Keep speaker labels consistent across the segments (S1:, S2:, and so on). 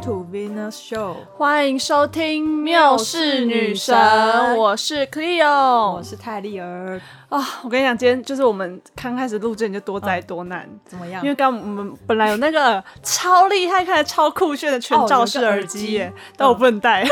S1: to Venus Show，
S2: 欢迎收听《妙事女神》，我是 Cleo，
S1: 我是泰利儿。
S2: 啊、我跟你讲，今天就是我们刚开始录制你就多灾多难，
S1: 怎么样
S2: 因？为刚我们本来有那个超厉害、看起来超酷炫的全罩式耳机
S1: 哦
S2: 耶，
S1: 有个耳机
S2: 但我不能戴，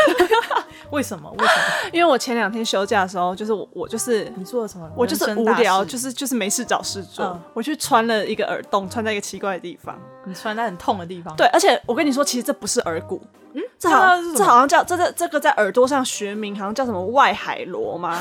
S1: 为什么？为什么？
S2: 嗯 因为我前两天休假的时候，就是我我就是
S1: 你做了什么？
S2: 我就是无聊， 就是是就是没事找事做，
S1: 嗯
S2: 我去穿了一个耳洞，穿在一个奇怪的地方。
S1: 你穿在很痛的地方。
S2: 对，，而且我跟你说，其实这不是耳骨，嗯，这好
S1: 那是什么
S2: 像这好像叫这这这个在耳朵上学名好像叫什么外海螺吗？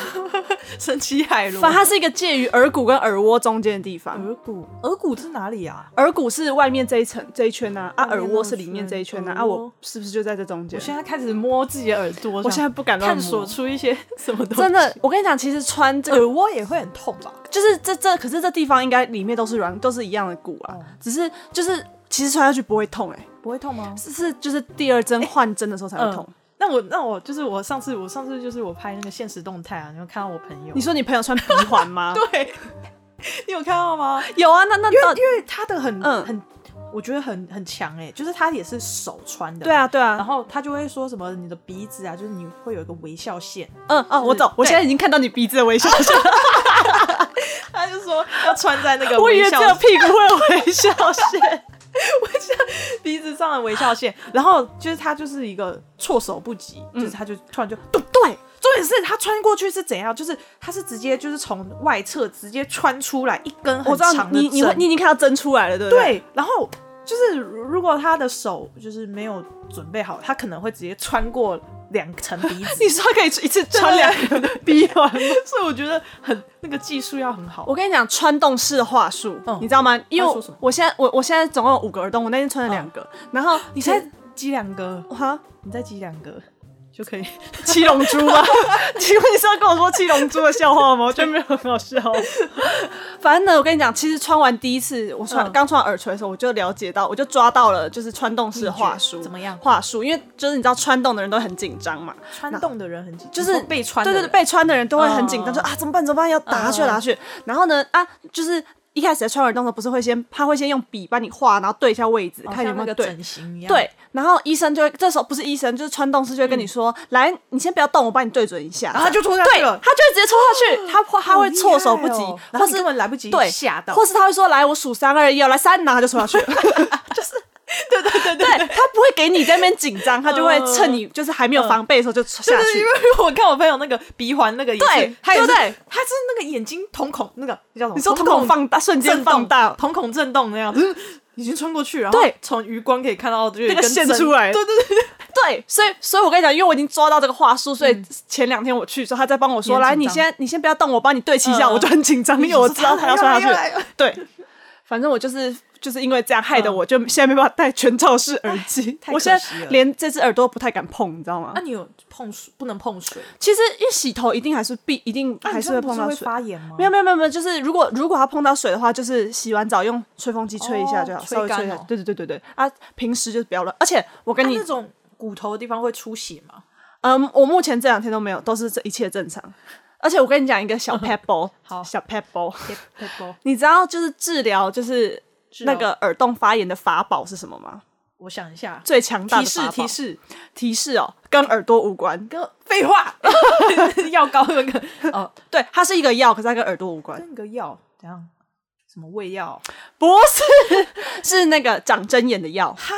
S1: 神奇海螺
S2: 反正它是一个介于耳骨跟耳窝中间的地方。
S1: 耳骨，耳骨是哪里啊？
S2: 耳骨是外面这一层这一圈呐、啊，
S1: 外面
S2: 耳窝是里面这一圈呐、啊，
S1: 耳窝
S2: 我是不是就在这中间
S1: 我？现在开始摸自己的耳朵，
S2: 我现在不敢乱摸
S1: 探索 出 一些什么东西。
S2: 真的，我跟你讲，其实穿这个
S1: 耳窝也会很痛吧？
S2: 就是这这，可是这地方应该里面都是软，都是一样的骨啊，只是就是其实穿下去不会痛哎、
S1: 不会痛吗？
S2: 是是就是第二针换针的时候才会痛。
S1: 嗯那我那我就是我上次我上次就是我拍那个现实动态啊，你有看到我朋友？
S2: 你说你朋友穿鼻环 吗？
S1: 对， 你有看到吗？
S2: 有啊，那那
S1: 因为
S2: 那
S1: 因为他的很、
S2: 嗯
S1: 很，我觉得很很强哎、就是他也是手穿的，
S2: 对，啊对
S1: 然
S2: 啊，
S1: 后他就会说什么你的鼻子啊，就是你会有一个微笑线，
S2: 嗯嗯，我懂，我现在已经看到你鼻子的微笑，
S1: 他就说要穿在那个
S2: 我以
S1: 微
S2: 为只
S1: 笑
S2: 有屁股会有微笑线。
S1: 鼻子上的微笑线，然后就是他就是一个措手不及，
S2: 嗯
S1: 就是他就突然就咚。
S2: 对，
S1: 重点是他穿过去是怎样？就是他是直接就是从外侧直接穿出来一根
S2: 我
S1: 很
S2: 知道
S1: 长的
S2: 你你会
S1: 针
S2: 你已经看到针出来了，对不对？
S1: 对，然后就是如如果他的手就是没有准备好，他可能会直接穿过两层鼻 子。
S2: 你说可以一次穿两个鼻环吗？
S1: 所以我觉得很那个技术要很好。
S2: 我跟你讲，穿洞式的话术，
S1: 嗯
S2: 你知道吗？因为
S1: 他说什么
S2: 我现在我我现在总共有五个耳洞，我那天穿了两个，然后
S1: 你
S2: 嗯你
S1: 再
S2: 在
S1: 挤两个，
S2: 哈
S1: 你再挤两
S2: 哦
S1: 个就可以。
S2: 七龙珠吗？ 请问你是要跟我说七龙珠的笑话吗？我觉得没有很好笑。 反正呢，我跟你讲，其实穿完第一次，我穿
S1: 嗯
S2: 刚、穿完耳垂的时候，我就了解到，我就抓到了，就是穿洞式的话术
S1: 秘诀怎么样
S2: 话术，因为就是你知道穿洞的人都很紧张嘛，
S1: 穿洞的人很紧，
S2: 就是
S1: 你说被穿的
S2: 对
S1: 人，
S2: 对对，被穿的人都会很紧张，
S1: 嗯
S2: 就啊怎么办怎么办，要打下去
S1: 嗯
S2: 打下去。然后呢啊，就是一开始在穿耳洞的时候，不是会先他会先用笔帮你画，然后对一下位置，
S1: 好
S2: 看有
S1: 哦像
S2: 没
S1: 那个
S2: 有对。
S1: 整形一样。，
S2: 对，然后医生就会，这时候不是医生，就是穿洞师就会跟你说：“来，你先不要动，我帮你对准一下。”
S1: 然嗯啊后他就戳下
S2: 对，
S1: 去
S2: 他
S1: 了，哦
S2: 就会直接戳下去，他他会
S1: 好厉
S2: 措手
S1: 害
S2: 不及
S1: 哦，然后
S2: 或
S1: 你
S2: 是
S1: 根本来不及
S2: 对
S1: 吓到，
S2: 或是他会说：“来，我数三二一，哦要来三，然后他就戳 下去了。”
S1: 对对对
S2: 对，他不会给你在那边紧张，他就会趁你就是还没有防备的时候就戳下
S1: 嗯对，
S2: 去
S1: 因。为我看我朋友那个鼻环那个也是，
S2: 对
S1: 他也是
S2: 对不对
S1: 他是那个眼睛瞳孔那个那叫什么？
S2: 你说瞳
S1: 瞳
S2: 孔放大，瞬间
S1: 震
S2: 放
S1: 动
S2: 大，
S1: 瞳孔震动那样子，已经穿过去，然后
S2: 嗯对
S1: 从余光可以看到就是
S2: 那个
S1: 跟
S2: 线
S1: 针
S2: 出来
S1: 对对对，
S2: 对，所以所以我跟你讲，因为我已经抓到这个话术，所以前两天我去的时候，他在帮我
S1: 你
S2: 说：“
S1: 很
S2: 来，
S1: 紧
S2: 你
S1: 张
S2: 先你先不要动，我帮你对齐一下。”
S1: 嗯嗯
S2: 我就很紧张，因为我知道他要
S1: 说
S2: 摔
S1: 来
S2: 下去。
S1: 了
S2: 对，嗯反正我就是就是因为这样害得我就现在没办法戴全罩式耳 机，
S1: 太
S2: 我
S1: 可
S2: 现
S1: 惜了
S2: 在连这只耳朵不太敢碰，你知道吗
S1: 那、？你有碰水不能碰水，
S2: 啊其实因为洗头一定还是必一定还是会碰到
S1: 会
S2: 水。
S1: 发炎吗？
S2: 没有没有没有没有，就是如果如果它碰到水的话，就是洗完澡用吹风机吹一下就好，
S1: 哦
S2: 稍微啊吹
S1: 吹干
S2: 一下
S1: 哦。
S2: 对对对对对，啊，平时就不要乱。而且我跟
S1: 那
S2: 你
S1: 那种骨头的地方会出血 吗？
S2: 嗯，我目前这两天都没有，都是这一切正常。而且我跟你讲一个小 pebble，
S1: 好
S2: 小 pebble，
S1: 会不
S2: 你知道就是治疗就是
S1: 疗
S2: 那个耳洞发炎的法宝是什么吗？
S1: 我想一下，
S2: 最强大
S1: 提
S2: 的
S1: 示
S2: 法
S1: 提
S2: 宝
S1: 示，
S2: 提示哦，跟耳朵无关。
S1: 跟废话， 药膏那 个哦，
S2: 对，它是一个药，可是它跟耳朵无关。
S1: 那个药怎样？什么胃药？
S2: 不是，是那个长针眼的药。哈，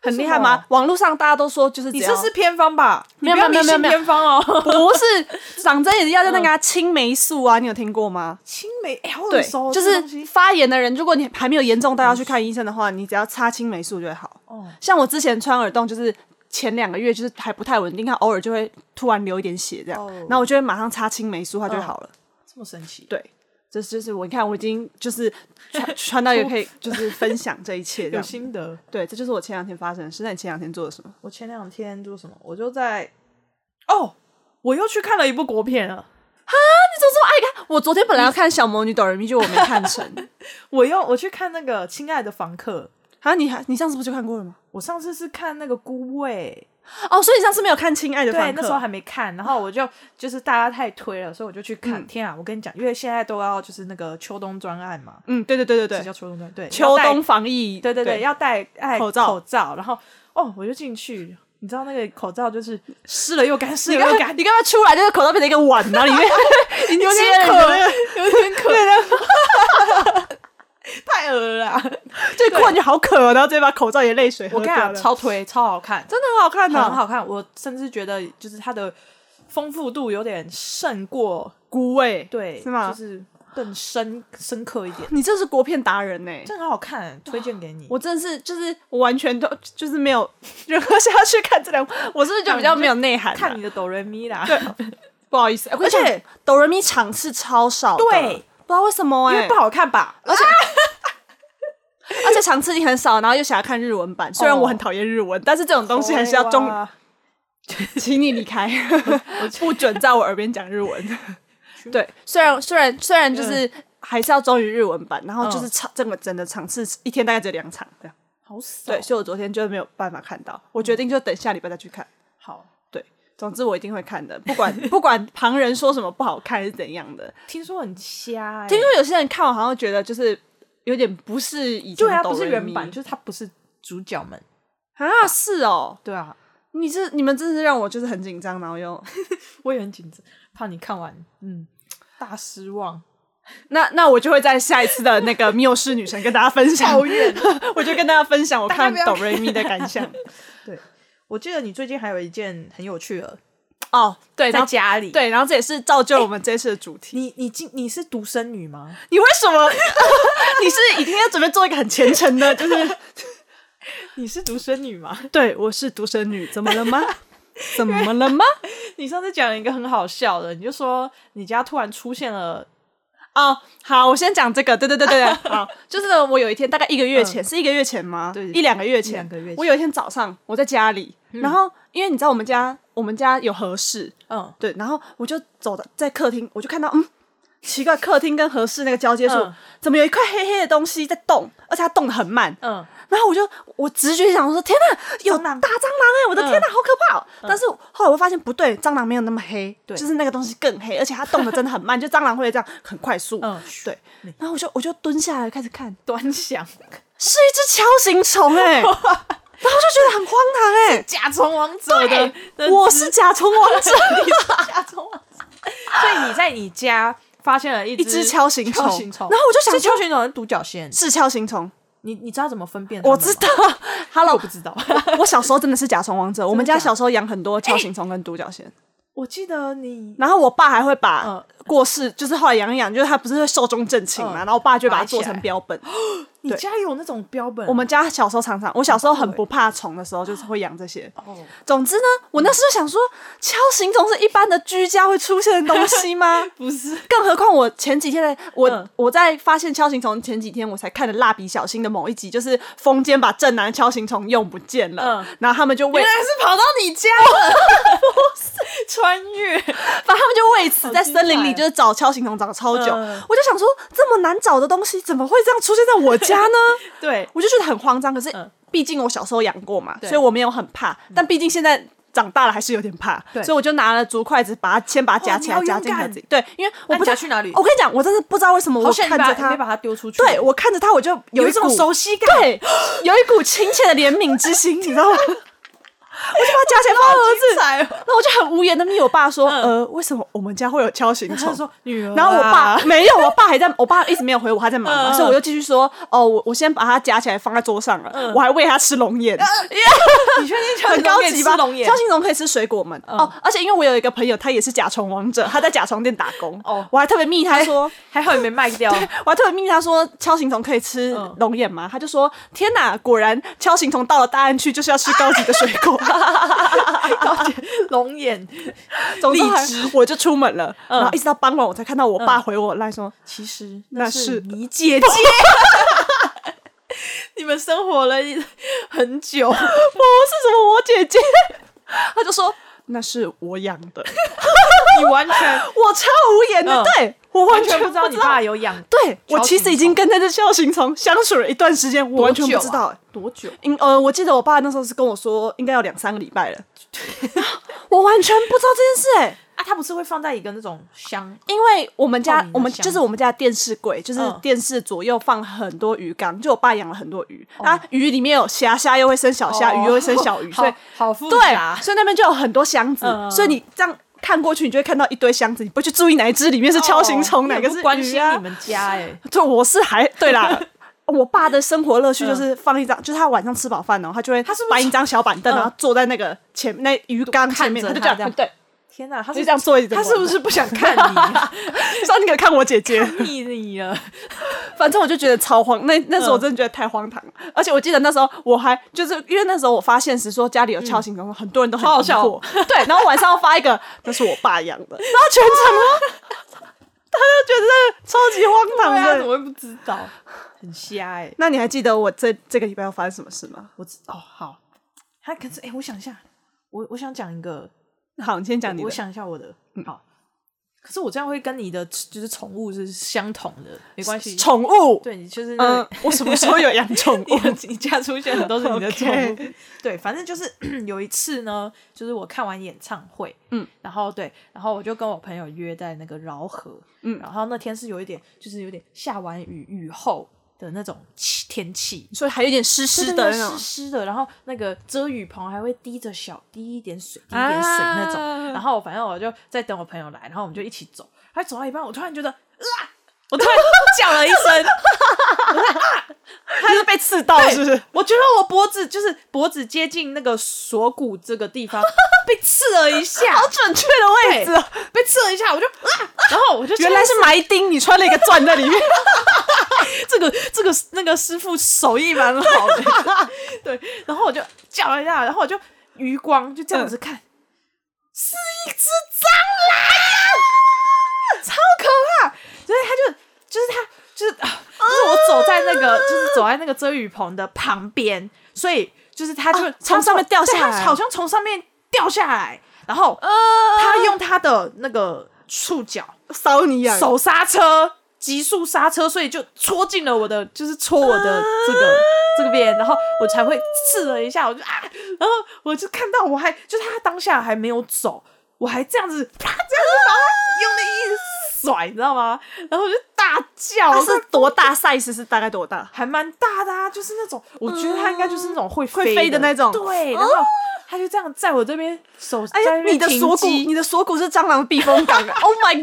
S2: 很厉害
S1: 为什
S2: 吗
S1: 么？
S2: 网络上大家都说就是
S1: 你
S2: 只要
S1: 这是偏方吧？
S2: 没有
S1: 你不要
S2: 没有
S1: 迷
S2: 没有
S1: 信
S2: 没有
S1: 偏方哦。
S2: 不是长针眼的药，就那
S1: 嗯
S2: 个啊青霉素啊，你有听过吗？
S1: 青梅，哎、好
S2: 对
S1: 耳熟，哦，
S2: 就
S1: 这东
S2: 是
S1: 西
S2: 发炎的人，如果你还没有严重到要去看医生的话，你只要擦青霉素就会好。
S1: 哦
S2: 像我之前穿耳洞，就是前两个月就是还不太稳定，它偶尔就会突然流一点血这样，
S1: 哦
S2: 然后我就会马上擦青霉素，它就会好了。
S1: 这么神奇。
S2: 对，啊这就是我你看我已经就是穿穿到也可 以就是分享这一切这
S1: 有
S2: 样。
S1: 心得。
S2: 对，这就是我前两天发生的事。那你前两天做了什么？
S1: 我前两天做什么？我就在哦，我又去看了一部国片了。
S2: 你怎么这么爱看？我昨天本来要看《小魔女斗人咪》，就我没看 成。
S1: 我又我去看那个《亲爱的房客》，
S2: 啊，你还你上次不就看过了吗？
S1: 我上次是看那个《孤味》，
S2: 哦，所以你上次没有看《亲爱的
S1: 对
S2: 房，
S1: 那》
S2: 客
S1: 时候还没看，然后我就就是大家太推了，所以我就去看。
S2: 嗯
S1: 天啊，我跟你讲，因为现在都要就是那个秋冬专案嘛，
S2: 嗯，对对对 对
S1: 是
S2: 对，
S1: 叫秋冬专案对，
S2: 秋
S1: 要戴
S2: 冬防疫，
S1: 对对对，要戴哎
S2: 口罩
S1: 口罩，然后哦，我就进去，你知道那个口罩就是湿了又干，湿
S2: 你
S1: 了
S2: 刚
S1: 又
S2: 才
S1: 干，
S2: 你刚才出来，这个口罩变成一个碗，然后里面
S1: 有
S2: 接了你的那，
S1: 有点渴， 太恶了啦！
S2: 就困就好渴，然后直接把口罩也泪水
S1: 我
S2: 喝
S1: 跟你
S2: 掉
S1: 讲，
S2: 了。
S1: 超推，超好看，
S2: 真的哦很好看
S1: 真的很
S2: 呐，
S1: 好看。我甚至觉得就是它的丰富度有点胜过，
S2: 孤味，
S1: 对，
S2: 是吗
S1: 就是更深深刻一点，
S2: 你真是国片达人呢。
S1: 真的很好看，推荐给你。
S2: 我真的是就是我完全都就是没有任何想要去看这两部，我是不是就比较没有内涵啊？
S1: 看你的哆瑞咪啦，
S2: 不好意思，而且哆瑞咪场次超少的，
S1: 对
S2: 不知道为什么
S1: 因
S2: 哎
S1: 为不，好看吧？
S2: 而且场次已经很少，然后又想要看日文版，虽然我很讨厌日文，但是这种 东西还是要中，
S1: 哇
S2: 请你离开，不准在我耳边讲日文。对，虽然虽然虽然就是还是要忠于日文版，然后就是场整个整个场次一天大概只有两场这样，
S1: 好少
S2: 对，所以我昨天就没有办法看到，我决定就等下礼拜再去看。
S1: 好。
S2: 对，总之我一定会看的，不管 不管旁人说什么不好看是怎样的。
S1: 听说很瞎、欸，
S2: 听说有些人看完好像觉得就是有点不是以前
S1: 对
S2: 的
S1: 啊，
S2: 哆
S1: 不是
S2: 瑞
S1: 原
S2: 咪
S1: 版，就是它不是主角们，
S2: 啊，是哦，
S1: 对啊，
S2: 你这你们真是让我就是很紧张，然后又
S1: 我也很紧张，怕你看完，嗯，大失望。
S2: 那那我就会在下一次的那 个缪氏女神跟大家分享，
S1: 抱怨
S2: 我就跟大家分享我看
S1: 大家不
S2: 哆
S1: 要
S2: 瑞咪的感 想。
S1: 我记得你最近还有一件很有趣的，
S2: 哦，对，然
S1: 在
S2: 后
S1: 家里，，
S2: 对，然后这也是造就我们这次的主题。
S1: 你你今你是独生女吗？
S2: 你为什么？ 你是已经要准备做一个很虔诚的，就是
S1: 你是独生女吗？
S2: 对我是独生女，怎么了吗？怎么了吗？
S1: 你上次讲了一个很好笑的，你就说你家突然出现了，
S2: 哦，好，我先讲这个，对对对对对，好，就是呢我有一天大概一个月前，是一个月前吗？
S1: 嗯对
S2: 一两个月前，
S1: 一两个月前
S2: 我有一天早上我在家里，然后因为你知道我们家我们家有和室，
S1: 嗯，
S2: 对，然后我就走到在客厅，我就看到嗯。奇怪，客厅跟和室那个交接处、
S1: 嗯
S2: 怎么有一块黑黑的东西在动，而且它动的很慢。
S1: 嗯，
S2: 然后我就我直觉想说，天哪，有
S1: 蟑
S2: 大蟑
S1: 螂
S2: 螂
S1: 嗯
S2: 哎、我的天哪，好可怕、哦！但是后来我发现不对，蟑螂没有那么黑，
S1: 对
S2: 就是那个东西更黑，而且它动的真的很慢，就蟑螂会这样很快速，
S1: 嗯
S2: 对。然后我就我就蹲下来开始看，
S1: 端详
S2: 是一只锹形虫哎、 然后我就觉得很荒唐哎、
S1: 甲虫王者的，的
S2: 我是甲虫王者，
S1: 甲虫王者，所以你在你家发现了一
S2: 一只锹形虫，
S1: 锹形虫，
S2: 然后我就想
S1: 是
S2: 说，
S1: 锹形虫还是独角仙，
S2: 是锹形虫，
S1: 你你知道怎么分辨它
S2: 我
S1: 们吗？
S2: 知 道。Hello，
S1: 不知道。
S2: 我小时候真的是甲 虫王者，我们家
S1: 假的
S2: 小时候养很多锹形虫跟独角仙。
S1: 我记得你
S2: 然后我爸还会把
S1: 嗯
S2: 过世，就是后来养一养，就是他不是会寿终正寝嘛，
S1: 嗯
S2: 然后我爸就把它
S1: 拿起
S2: 做
S1: 来
S2: 成标本。
S1: 你家有那种标本，
S2: 我们家小时候常常，我小时候很
S1: 很酷欸
S2: 不怕虫的时候，就是会养这些。
S1: 哦，
S2: 总之呢，我那时候想说，锹形虫是一般的居家会出现的东 西吗？
S1: 不是，
S2: 更何况我前几天的我、
S1: 嗯
S2: 我在发现锹形虫前几天，我才看了《蜡笔小新》的某一集，就是风间把正南锹形虫用不见了，
S1: 嗯
S2: 然后他们就为
S1: 原来是跑到你 家了，不是穿越，
S2: 反正他们就为此在森林
S1: 好
S2: 里
S1: 精彩
S2: 就是找锹形虫找超久，
S1: 嗯
S2: 我就想说这么难找的东西怎么会这样出现在我家 呢？
S1: 对，
S2: 我就觉得很慌张。可是
S1: 嗯
S2: 毕竟我小时候养过嘛，
S1: 对嗯
S2: 所以我没有很怕，但毕竟现在。长大了还是有点怕，
S1: 对
S2: 所以我就拿了竹筷子，把它先把它夹起来，
S1: 哇你好
S2: 夹
S1: 勇
S2: 进
S1: 敢
S2: 盒子里。对，因为我
S1: 那你
S2: 不知道
S1: 夹去哪里
S2: 我跟你讲，我真的不知道为什么我
S1: 好险
S2: 看
S1: 你
S2: 着
S1: 把
S2: 它
S1: 没，把它丢出去，
S2: 对我看着它，我就有
S1: 有
S2: 一
S1: 一种
S2: 股
S1: 熟悉感，
S2: 对，有一股亲切的怜悯之心，你知道吗？我就 把它夹起来放盒子，
S1: 彩哦。嗯
S2: 那我就很无言的密我爸说，呃，为什么我们家会有锹形虫
S1: 他？说女儿啊，
S2: 然后我 爸 没有，我爸还在，我爸一直没有回我，他在忙嘛，
S1: 嗯
S2: 所以我就继续说，哦，我我先把它夹起来放在桌上
S1: 嗯
S2: 了，我还喂它吃龙眼，
S1: 你确定
S2: 哎很
S1: 很
S2: 高级吧？
S1: 呃龙眼嗯
S2: 锹，形虫可以吃水果们哦，而且因为我有一个朋友，他也是甲虫王者，他在甲虫店打工，
S1: 哦
S2: 我还特别密他说，
S1: 还好你没卖 掉。
S2: 我还特别命令他说锹形虫可以吃
S1: 嗯
S2: 龙眼吗？他就说天哪，果然锹形虫到了大安区就是要吃高级的水 果。
S1: 龙眼，
S2: 总之
S1: 荔
S2: 还
S1: 枝
S2: 我就出门了，然后一直到傍晚我才看到我爸回我来说，
S1: 其实
S2: 那是
S1: 是你 姐姐。 你们生活了一很久，
S2: 不是什么我姐姐，他就说那是我养的，
S1: 你完 全
S2: 我超无言的，
S1: 嗯
S2: 对我
S1: 完
S2: 完
S1: 全
S2: 全
S1: 不知道你爸有养
S2: 对
S1: 乔
S2: 我其实
S1: 琴
S2: 已经跟那只孝行虫相处了一段时间，我 完全
S1: 多
S2: 不
S1: 久
S2: 知道、
S1: 啊多久，
S2: 因呃，我记得我爸那时候是跟我说，应该有两三个礼拜了， 我完全不知道这件事哎、
S1: 啊，他不是会放在一个那种箱，
S2: 因为我们
S1: 透
S2: 家
S1: 明的
S2: 我们
S1: 箱
S2: 就是我们家电视柜，就是
S1: 嗯
S2: 电视左右放很多鱼缸，就我爸养了很多鱼，啊，鱼里面有虾，虾又会生小虾，
S1: 哦
S2: 鱼又会生小 鱼，
S1: 好
S2: 所以
S1: 好复
S2: 对
S1: 杂，，
S2: 所以那边就有很多箱子
S1: 嗯，
S2: 所以你这样看过去，你就会看到一堆箱子，你不去注意哪一只里面是锹形虫，
S1: 哦
S2: 哪
S1: 你也
S2: 个
S1: 不
S2: 是
S1: 关
S2: 鱼
S1: 心
S2: 啊
S1: 你？们家 哎，
S2: 对，我 是还对啦。我爸的生活乐趣就是放一张，就是他晚上吃饱饭哦，他就会
S1: 嗯他是不是
S2: 搬一张小板凳，
S1: 嗯
S2: 然后坐在那个前那鱼缸前面，
S1: 看着
S2: 他就
S1: 他
S2: 这样对，
S1: 天哪，他
S2: 就是这样坐一整
S1: 他
S2: 晚。
S1: 是不是不想看 你啊？
S2: 上你可看我姐姐？
S1: 腻你了，
S2: 反正我就觉得超荒，那那时候我真的觉得太荒唐了。而且我记得那时候我还就是因为那时候我发现时说家里有翘形虫，很多人都很
S1: 好好笑
S2: 疑惑对，然后晚上发一个那是我爸养的，然后全场啊，大家觉得超级 荒
S1: 对
S2: 唐
S1: 啊，怎
S2: 的。
S1: 么会不知道？很瞎哎，
S2: 那你还记得我这这个礼拜要发生什么事吗？
S1: 我知哦好，他可是哎，我想一下，我我想讲一个，
S2: 好，你先讲你
S1: 我
S2: 的。嗯
S1: 想一下我的好。可是我这样会跟你的就是宠物是相同的，没关系。
S2: 宠物，
S1: 对你就是那个
S2: 嗯，我什么时候有养宠
S1: 你
S2: 物？
S1: 的你家出现的都是你的
S2: OK
S1: 宠物。对，反正就是 有一次呢，就是我看完演唱会，
S2: 嗯，
S1: 然后对，然后我就跟我朋友约在那个饶河，
S2: 嗯
S1: 然后那天是有一点，就是有点下完雨雨后的那种气天气。
S2: 所以还有点湿湿
S1: 对
S2: 的
S1: 对
S2: 那
S1: 对
S2: 种
S1: 湿，湿的，然后那个遮雨棚还会滴着小滴一点水，滴一点水那种。
S2: 啊
S1: 然后反正我就在等我朋友来，然后我们就一起走。他走到一半，我突然觉得，呃
S2: 我突然叫了 一声，他是被刺到是不是？
S1: 我觉得我脖子就是脖子接近那个锁骨这个地方被刺了一下，
S2: 好准确的位置哦，
S1: 被刺了一下，我就啊，然后我就
S2: 原来是埋钉，你穿了一个钻在里面，
S1: 这个这个那个师傅手艺蛮好 的，对，然后我就叫了一下，然后我就余光就这样子
S2: 嗯
S1: 看，是一只蟑螂啊，超可怕，所以他就就是他就是啊，就是我走在那个就是走在那个遮雨棚的旁边，所以就是他就
S2: 啊从上面掉下来
S1: 对他好像从上面掉下来，然后
S2: 呃，
S1: 他用他的那个触角。
S2: 骚你痒，
S1: 手刹车，急速刹车，所以就戳进了我的，就是戳我的这个、这边，然后我才会刺了一下，我就啊，然后我就看到我还就是他当下还没有走，我还这样子啪这样子把他用力一甩，你知道吗？然后我就大叫，
S2: 它
S1: 我
S2: 是
S1: 说
S2: 多大 size 是大概多大？
S1: 还蛮大的啊，就是那种，我觉得他应该就是那种哦会
S2: 会飞
S1: 的
S2: 的那种
S1: 对，然后。他就这样在我这边手，
S2: 哎
S1: 在
S2: 呀
S1: 那，边
S2: 你的
S1: 停
S2: 锁骨，
S1: 机
S2: 你的锁骨是蟑螂的避风港啊 ！Oh my god！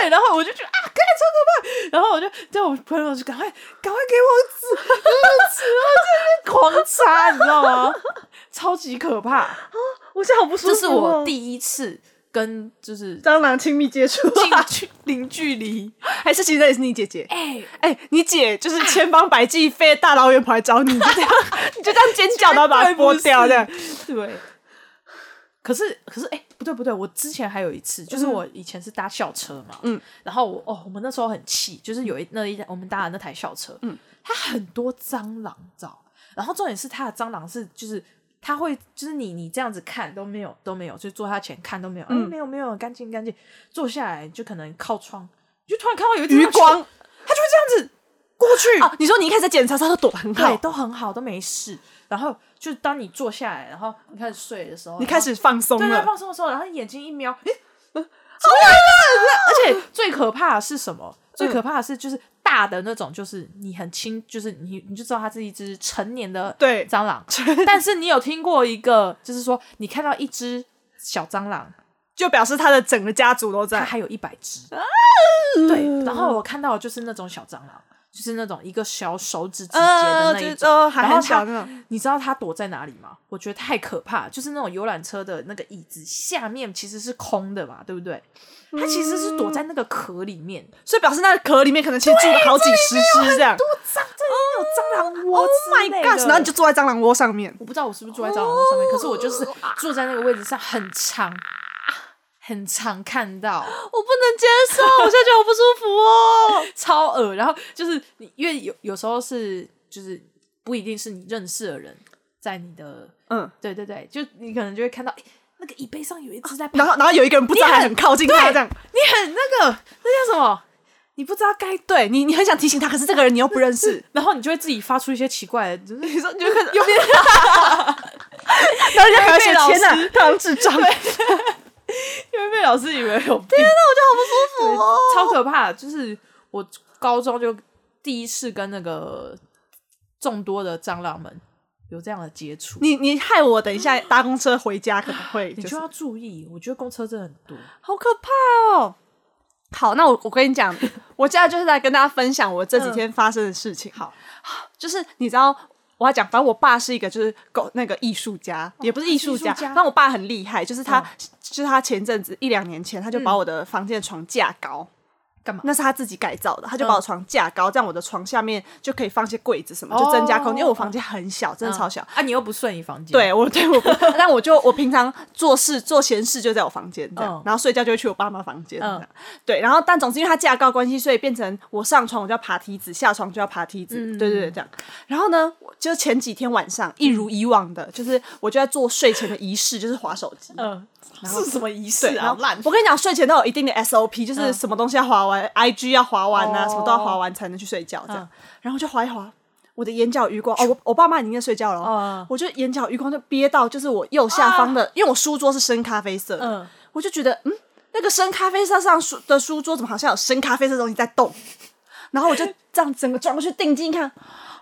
S1: 对，然后我就觉得啊，赶紧超可怕，然后我就叫我朋友就赶快赶快给我纸，给我纸，然后在那边狂擦，你知道吗？ 超级可怕，
S2: 我现在好不舒服
S1: 这是
S2: 哦。
S1: 我第一次跟就是
S2: 蟑螂亲密接触，啊
S1: 近距 零距离，
S2: 还是其实也是你姐姐？
S1: 哎、
S2: 哎，你姐就是千方百计飞大老远跑来找你，你就这样，你就这样尖 叫，然后把它剥掉，这样。
S1: 对。可是可是哎、不对不对，我之前还有一次，就是我以前是搭校车嘛，
S2: 嗯，
S1: 然后我哦，我们那时候很气，就是有一那一我们搭的那台校车，嗯，它很多蟑螂，你知道？然后重点是它的蟑螂是就是。它会就是你你这样子看都没有都没有，就坐它前看都没有，嗯、没有没有干净干净，坐下来就可能靠窗，你就突然看到有一只蟑
S2: 余
S1: 螂
S2: 光
S1: 它就会这样子过去，
S2: 啊！你说你一开始检查时候躲得很
S1: 对，
S2: 好，
S1: 都很好，都没事。然后就当你坐下来，然后你开始睡的时候，
S2: 你
S1: 然
S2: 开
S1: 后
S2: 始放松
S1: 对对
S2: 了。
S1: 放松的时候，然后眼睛一瞄，诶，呃 而且最可怕的是什么？最可怕的是就是大的那种，就是你很轻，就是你你就知道它是一只成年的
S2: 对
S1: 蟑 螂。但是你有听过一个，就是说你看到一只小蟑螂，
S2: 就表示他的整个家族都
S1: 它
S2: 在。
S1: 还有一百只。对，然后我看到的就是那种小蟑螂，就是那种一个小手指指节的
S2: 啊
S1: 那一
S2: 呃就
S1: 种，
S2: 就还
S1: 然后
S2: 很小
S1: 它
S2: 那种。
S1: 你知道它躲在哪里吗？我觉得太可怕，就是那种游览车的那个椅子下面其实是空的嘛，对不对？它其实是躲在那个壳里面，
S2: 所以表示那个壳里面可能其实住了好几十只这样。
S1: 多蟑，这哦里面有蟑螂窝
S2: Oh
S1: 之
S2: my
S1: 类的。
S2: god！然后你就坐在蟑螂窝上面，
S1: 我不知道我是不是坐在蟑螂窝上面，可是我就是
S2: 哦啊
S1: 坐在那个位置上，很长，很常看到，
S2: 我不能接受，我现在觉得好不舒服哦。
S1: 超恶。然后就是你，因为有有时候是就是不一定是你认识的人在你的
S2: 嗯，
S1: 对对对，就你可能就会看到，诶那那个椅背上有一只在爬
S2: 啊然后然后有一个人不知道还很靠近他这样，
S1: 你很 那个，那叫什么？你不知道该，
S2: 对你你很想提醒他，可是这个人你又不认 识，
S1: 然后你就会自己发出一些奇怪 的，就是你说你就 看
S2: 右边，然后人家还
S1: 被
S2: 会
S1: 老
S2: 说天哪
S1: 师，
S2: 他好像智障，
S1: 因为被老师以为有病，
S2: 那我就好不舒服哦。
S1: 超可怕。就是我高中就第一次跟那个众多的蟑螂们有这样的接触，
S2: 你你害我等一下搭公车回家可能会
S1: 你
S2: 就是
S1: 就要注意。我觉得公车真的很多，
S2: 好可怕哦！好，那我我跟 你讲，我接下来就是来跟大家分享我这几天发生的事情。
S1: 嗯好，
S2: 就是你知道。我要讲，反正我爸是一个就是狗那个艺术家，也不是艺
S1: 哦
S2: 术
S1: 艺
S2: 家
S1: 术，家
S2: 但我爸很厉害，就是他，
S1: 嗯
S2: 就是他前阵子一两年前，他就把我的房间的床架高，
S1: 干嘛嗯
S2: 那是他自己改造的，他就把我床架高，这样我的床下面就可以放些柜子什么，就增加空
S1: 哦
S2: 间。因为我房间很小，真的超小，
S1: 啊！你又不睡你房间，，
S2: 对我 对 我不，但我就我平常做事做闲事就在我房间这样，
S1: 嗯
S2: 然后睡觉就会去我爸妈房间这样。
S1: 嗯
S2: 对，然后但总之因为它架高关系，所以变成我上床我就要爬梯子，下床就要爬梯子，
S1: 嗯
S2: 对对对这样。然后呢，我就前几天晚上一如以往的，就是我就在做睡前的仪式，就是划手机。
S1: 嗯，是什么仪式
S2: 对，然
S1: 啊
S2: 后？
S1: 烂嗯
S2: 我跟你讲，睡前都有一定的 SOP，就是什么东西要划完、i g 要划完啊，
S1: 哦
S2: 什么都要划完才能去睡觉这样。
S1: 嗯
S2: 然后就划一划，我的眼角余光，哦，我我爸妈已经在睡觉了哦，
S1: 嗯啊
S2: 我就眼角余光就憋到，就是我右下方的，因为我书桌是深咖啡色的，
S1: 嗯
S2: 我就觉得嗯，那个深咖啡色上书的书桌怎么好像有深咖啡色的东西在动？然后我就这样整个转过去定睛一看。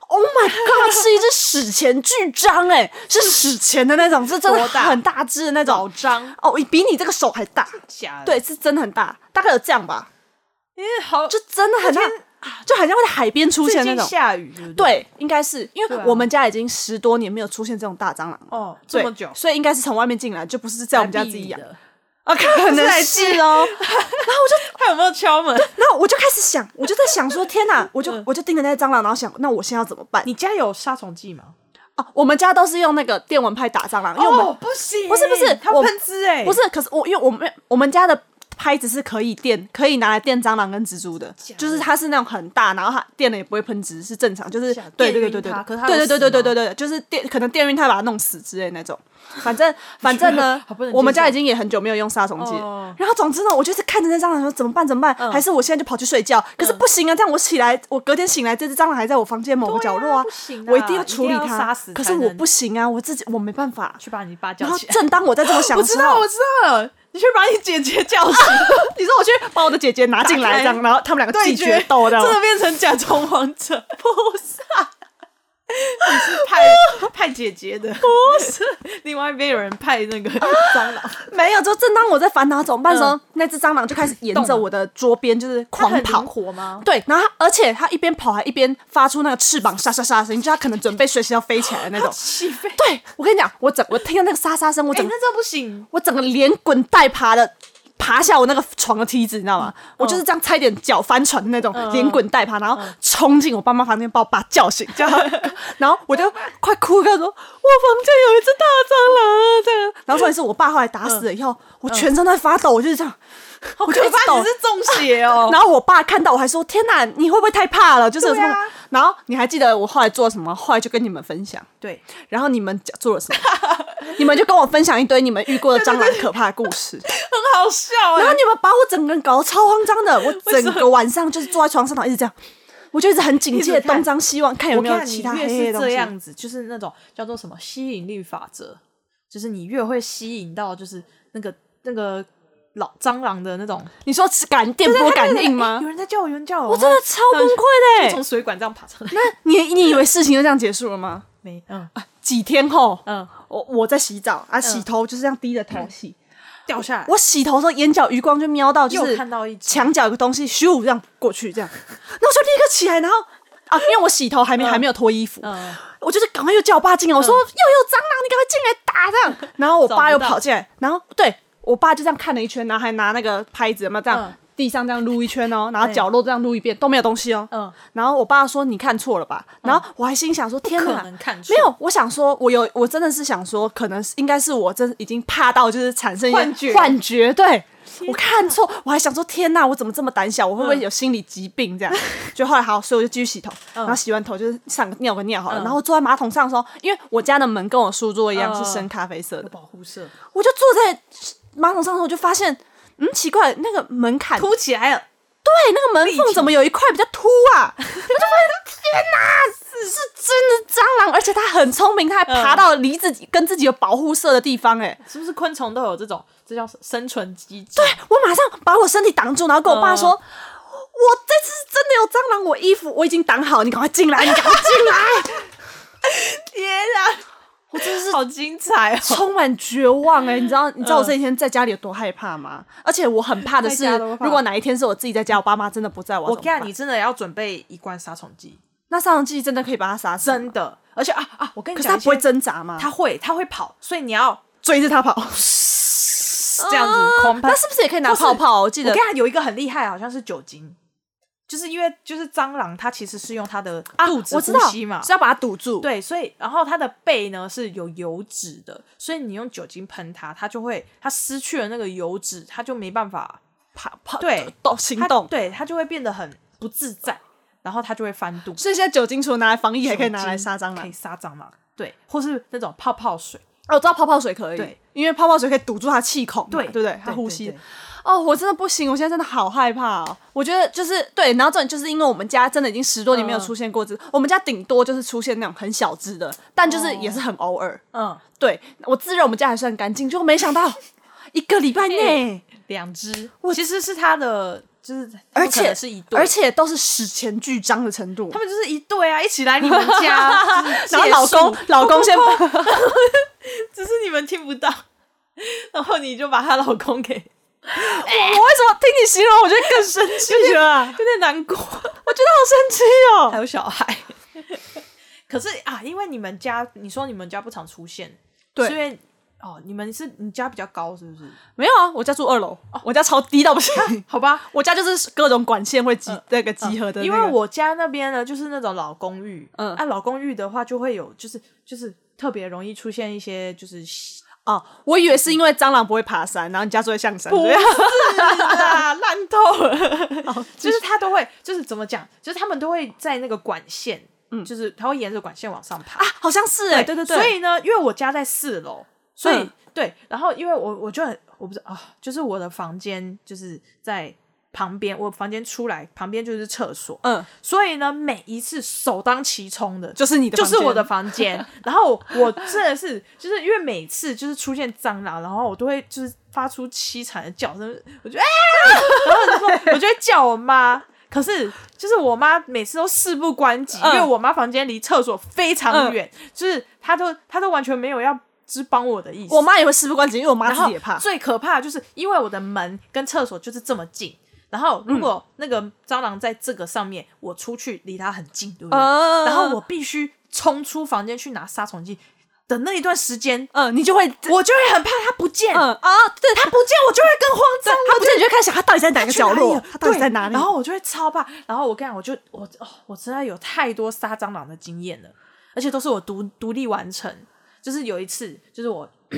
S2: Oh my god！是一只史前巨章哎、是史前的那种，是真的
S1: 多大
S2: 很大只的那种
S1: 老张，
S2: 哦，比你这个手还大，
S1: 假的，
S2: 对，是真的很大，大概有这样吧，
S1: 因为好
S2: 就真的很大，就很像会在海边出
S1: 最
S2: 现那
S1: 近
S2: 种。
S1: 下雨，对不对？
S2: 对，应该是因为
S1: 对啊
S2: 我们家已经十多年没有出现这种大蟑螂了，
S1: 哦，这
S2: 对
S1: 么久，
S2: 所以应该是从外面进来，就不是在我们家自己养
S1: 的，
S2: 啊，可能 是哦。
S1: 他有没有敲门？
S2: 然后我就开始想，我就在想说，天哪！我就我就盯着那些蟑螂，然后想，那我现在要怎么办？
S1: 你家有杀虫剂吗？
S2: 哦，我们家都是用那个电蚊拍打蟑螂，因为我们
S1: 哦不行，
S2: 不是不是
S1: 它
S2: 我
S1: 喷汁哎，
S2: 不是，可是我因为我们我们家的拍子是可以电，可以拿来电蟑螂跟蜘蛛的，
S1: 假的
S2: 就是它是那种很大，然后它电了也不会喷汁，是正常，就是
S1: 假的
S2: 对对
S1: 电
S2: 对
S1: 晕
S2: 对对，
S1: 它可是它有
S2: 对对对对
S1: 死
S2: 对
S1: 吗
S2: 对对，就是电可能电晕它把它弄死之类那种，反 正反正呢
S1: 好不能，接
S2: 我们家
S1: 受
S2: 已经也很久没有用杀虫剂了，
S1: 哦嗯
S2: 然后总之呢，我就是看着那蟑螂说怎么办怎么办，还是我现在就跑去睡觉，可是不行啊，这样我起来，我隔天醒来这只蟑螂还在我房间某个
S1: 对
S2: 角
S1: 啊
S2: 落啊
S1: 不行，
S2: 我一
S1: 啊
S2: 定要
S1: 一
S2: 处
S1: 定
S2: 理
S1: 要
S2: 它
S1: 杀死，
S2: 可
S1: 才
S2: 是我
S1: 能
S2: 不行啊，我自己我没办法。
S1: 去把你爸叫
S2: 然后
S1: 起来。
S2: 正当我在这么想
S1: 我
S2: 的时
S1: 知
S2: 候
S1: 道，，我知道了，你去把你姐姐叫醒，
S2: 你说我去把我的姐姐拿进来，这样，
S1: 打开
S2: 然后他们两 个
S1: 对
S2: 继
S1: 决
S2: 决斗，这样啊
S1: 真
S2: 吗
S1: 的变成甲虫王者 菩萨。你是 派派姐姐的，不是？ 另外一边有人派那个
S2: 啊
S1: 蟑螂，
S2: 没有。就正当我在烦恼怎么办的时候，
S1: 嗯
S2: 那只蟑螂就开始沿着我的桌边就是
S1: 它
S2: 狂
S1: 很灵
S2: 跑。
S1: 活吗？
S2: 对，然后它而且它一边跑还一边发出那个翅膀沙沙沙的声音，就它可能准备随时要飞起来的 那 种。
S1: 起飞，哎、
S2: 对我跟你讲，我整我听到那个沙沙声，我整个
S1: 那这不行，
S2: 我整个连滚带爬的爬下我那个床的梯子，你知道吗？
S1: 嗯
S2: 我就是这样差一点脚翻船的那种，连滚带爬，然后冲进我爸妈房间，把我爸叫醒，这样， 然后我就快哭，跟他说我房间有一只大蟑螂啊，这样。然后重点是我爸后来打死了以后，我全身在发抖，我就是这样，
S1: 好
S2: 我就一
S1: 可
S2: 直抖
S1: 怕！你是中邪 哦、
S2: 然后我爸看到我还说：“天哪，你会不会太怕了？”就是有这种
S1: 对啊
S2: 然后你还记得我后来做了什么？后来就跟你们分享。
S1: 对，
S2: 然后你们做了什么？你们就跟我分享一堆你们遇过的蟑螂可怕的故事，
S1: 很好笑哎、
S2: 然后你们把我整个人搞得超慌张的，我整个晚上就是坐在床上，然后一直这样，我就一直很警戒，
S1: 一直看
S2: 东张西望，看有
S1: 我
S2: 没有
S1: 哎看你
S2: 其他黑
S1: 越
S2: 黑
S1: 是
S2: 的东
S1: 这
S2: 西。
S1: 样子，就是那种叫做什么吸引力法则，就是你越会吸引到，就是那个那个老蟑螂的那种
S2: 你说是感电波感应
S1: 哎
S2: 吗
S1: 有？人在叫我，有人叫我，哎
S2: 我真的超崩溃的
S1: 从
S2: 欸！
S1: 水管这样爬上来。
S2: 那你你以为事情就这样结束了吗？
S1: 没，嗯
S2: 几天后，
S1: 嗯，
S2: 我我在洗澡啊，洗头就是这样低着头洗。
S1: 掉下来。
S2: 我洗头的时候眼角余光就瞄到，就是
S1: 又看到一只
S2: 墙角有个东西，咻这样过去，这样， 那我就立刻起来，然后啊，因为我洗头还没、还没有脱衣服，
S1: 嗯
S2: 我就是赶快又叫我爸进来，我说、又有蟑螂，你赶快进来 打这样，然后我
S1: 找不
S2: 爸
S1: 到
S2: 又跑进来，然后对我爸就这样看了一圈，然后还拿那个拍子嘛这样。
S1: 嗯
S2: 地上这样撸一圈哦，然后角落这样撸一遍都没有东西哦。
S1: 嗯，
S2: 然后我爸说你看错了吧？然后我还心想说天
S1: 可
S2: 哪，
S1: 能看出
S2: 没哦有，我想说，我有，我真的是想说，可能是应该是我真已经怕到就是产生一些
S1: 幻觉
S2: 幻觉，对我看错，我还想说天哪，我怎么这么胆小？我会不会
S1: 嗯
S2: 有心理疾病这样？就后来好，所以我就继续洗头，然后洗完头就是上个尿个尿好了，
S1: 嗯
S2: 然后坐在马桶上的时候，因为我家的门跟我书桌一样
S1: 嗯
S2: 是深咖啡色的，
S1: 保护色
S2: 我就坐在马桶上的时候，我就发现，嗯，奇怪，那个门槛
S1: 凸起来了，
S2: 对，哎那个门缝怎么有一块比较凸 啊？我就发现，天哪，是是真的蟑螂，而且它很聪明，它还爬到离自己、跟自己有保护色的地方、哎，
S1: 是不是昆虫都有这种？这叫生存机制。
S2: 对我马上把我身体挡住，然后跟我爸说。
S1: 嗯
S2: 我这次真的有蟑螂，我衣服我已经挡好，你赶快进来，你赶快进来！
S1: 天啊，我真是好精彩哦！
S2: 充满绝望哎、你知道你知道我这几天在家里有多害怕 吗？而且我很怕的是
S1: 在家都会，怕
S2: 如果哪一天是我自己在家，我爸妈真的不在我要
S1: 我
S2: 怎么办，
S1: 看你真的要准备一罐杀虫剂，
S2: 那杀虫剂真的可以把它杀死吗，
S1: 真的。而且啊啊，我跟你
S2: 可是
S1: 讲
S2: 它
S1: 一些，
S2: 不会挣扎吗？
S1: 它会，它会跑，所以你要
S2: 追着它跑。
S1: 这样子狂喷
S2: 那。是不是也可以拿
S1: 或哦是
S2: 泡泡？我记
S1: 我
S2: 得
S1: 跟你讲，有一个很厉害，好像是酒精，就是因为就是蟑螂，它其实是用它的
S2: 啊
S1: 肚子
S2: 我知
S1: 呼
S2: 道
S1: 吸嘛，
S2: 是要把它堵住。，
S1: 对，所以然后它的背呢是有油脂的，所以你用酒精喷它，它就会它失去了那个油脂，它就没办法
S2: 跑跑
S1: 对
S2: 动行
S1: 它
S2: 动。
S1: 对它就会变得很不自在，然后它就会翻肚。
S2: 所以现在酒精除了拿来防疫，还可以拿
S1: 酒
S2: 来
S1: 精
S2: 杀蟑螂
S1: 可以。杀蟑螂，对，或是那种泡泡水，
S2: 哦，我知道泡泡水可以，
S1: 对，
S2: 因为泡泡水可以堵住它气孔嘛，
S1: 对
S2: 对不对？它呼
S1: 对
S2: 吸
S1: 对。
S2: 哦，我真的不行，我现在真的好害怕哦。我觉得就是对，然后这点就是因为我们家真的已经十多年没有
S1: 嗯
S2: 出现过这，我们家顶多就是出现那种很小只的，但就是也是很偶尔。
S1: 嗯，
S2: 对我自认我们家还算干净，结果没想到一个礼拜内。
S1: 两只，其实是它的，就是它
S2: 而
S1: 们可能
S2: 且
S1: 是一对，
S2: 而且都是史前巨章的程度，
S1: 他。们就是一对啊，一起来你们家
S2: 然后老公，老公先，
S1: 只是你们听不到，然后你就把她老公给，有
S2: 我为什么听你形容，我觉得更生气了？
S1: 点难 过，
S2: 我觉得好生气
S1: 还
S2: 哦。
S1: 有小孩。 可是啊，因为你们家，你说你们家不常出现，
S2: 对
S1: 是因为哦，你们是你家比较高，是不是？
S2: 没有啊，我家住二楼，我家超低到不行。
S1: 好吧，
S2: 我家就是各种管线会集那个集合的那个，
S1: 因为我家那边呢，就是那种老公寓，
S2: 嗯
S1: 啊，老公寓的话就会有，就是就是特别容易出现一些就是
S2: 哦，我以为是因为蟑螂不会爬山，然后你家住在象山，对不对
S1: 啊，烂透 了。就是他都会，就是怎么讲，就是他们都会在那个管线，嗯，就是他会沿着管线往上爬。
S2: 啊， 好像是哎，对
S1: 所以呢，因为我家在四楼，所以、
S2: 嗯
S1: 对，然后因为我我就很我不是啊，就是我的房间就是在旁边，我房间出来旁边就是厕所，
S2: 嗯，
S1: 所以呢，每一次首当其冲的
S2: 就是你的，
S1: 就是我的，房间。然后我真的是，就是因为每次就是出现蟑螂，然后我都会就是发出凄惨的叫声，我就哎呀，然后我就说我就会叫我妈。可是，就是我妈每次都事不关己，
S2: 嗯
S1: 因为我妈房间离厕所非常远，就是她都她都完全没有要只帮我的意思。
S2: 我妈也会事不关己，因为我妈
S1: 然
S2: 自
S1: 后
S2: 己也怕。
S1: 最可怕的就是因为我的门跟厕所就是这么近，然后如果那个蟑螂在这个上面，我出去离它很近，对不对？
S2: 嗯
S1: 然后我必须冲出房间去拿杀虫剂的那一段时间，
S2: 嗯，你就会
S1: 我就会很怕它不见。
S2: 嗯啊，对他不见我就会更慌张，他不见你就会开始想他到底在哪个
S1: 去
S2: 角
S1: 哪
S2: 落
S1: 里，了
S2: 他到底在哪
S1: 对
S2: 里？
S1: 然后我就会超怕，然后我跟你讲，我就我哦，我真的有太多杀蟑螂的经验了，而且都是我独独立完成。就是有一次，就是我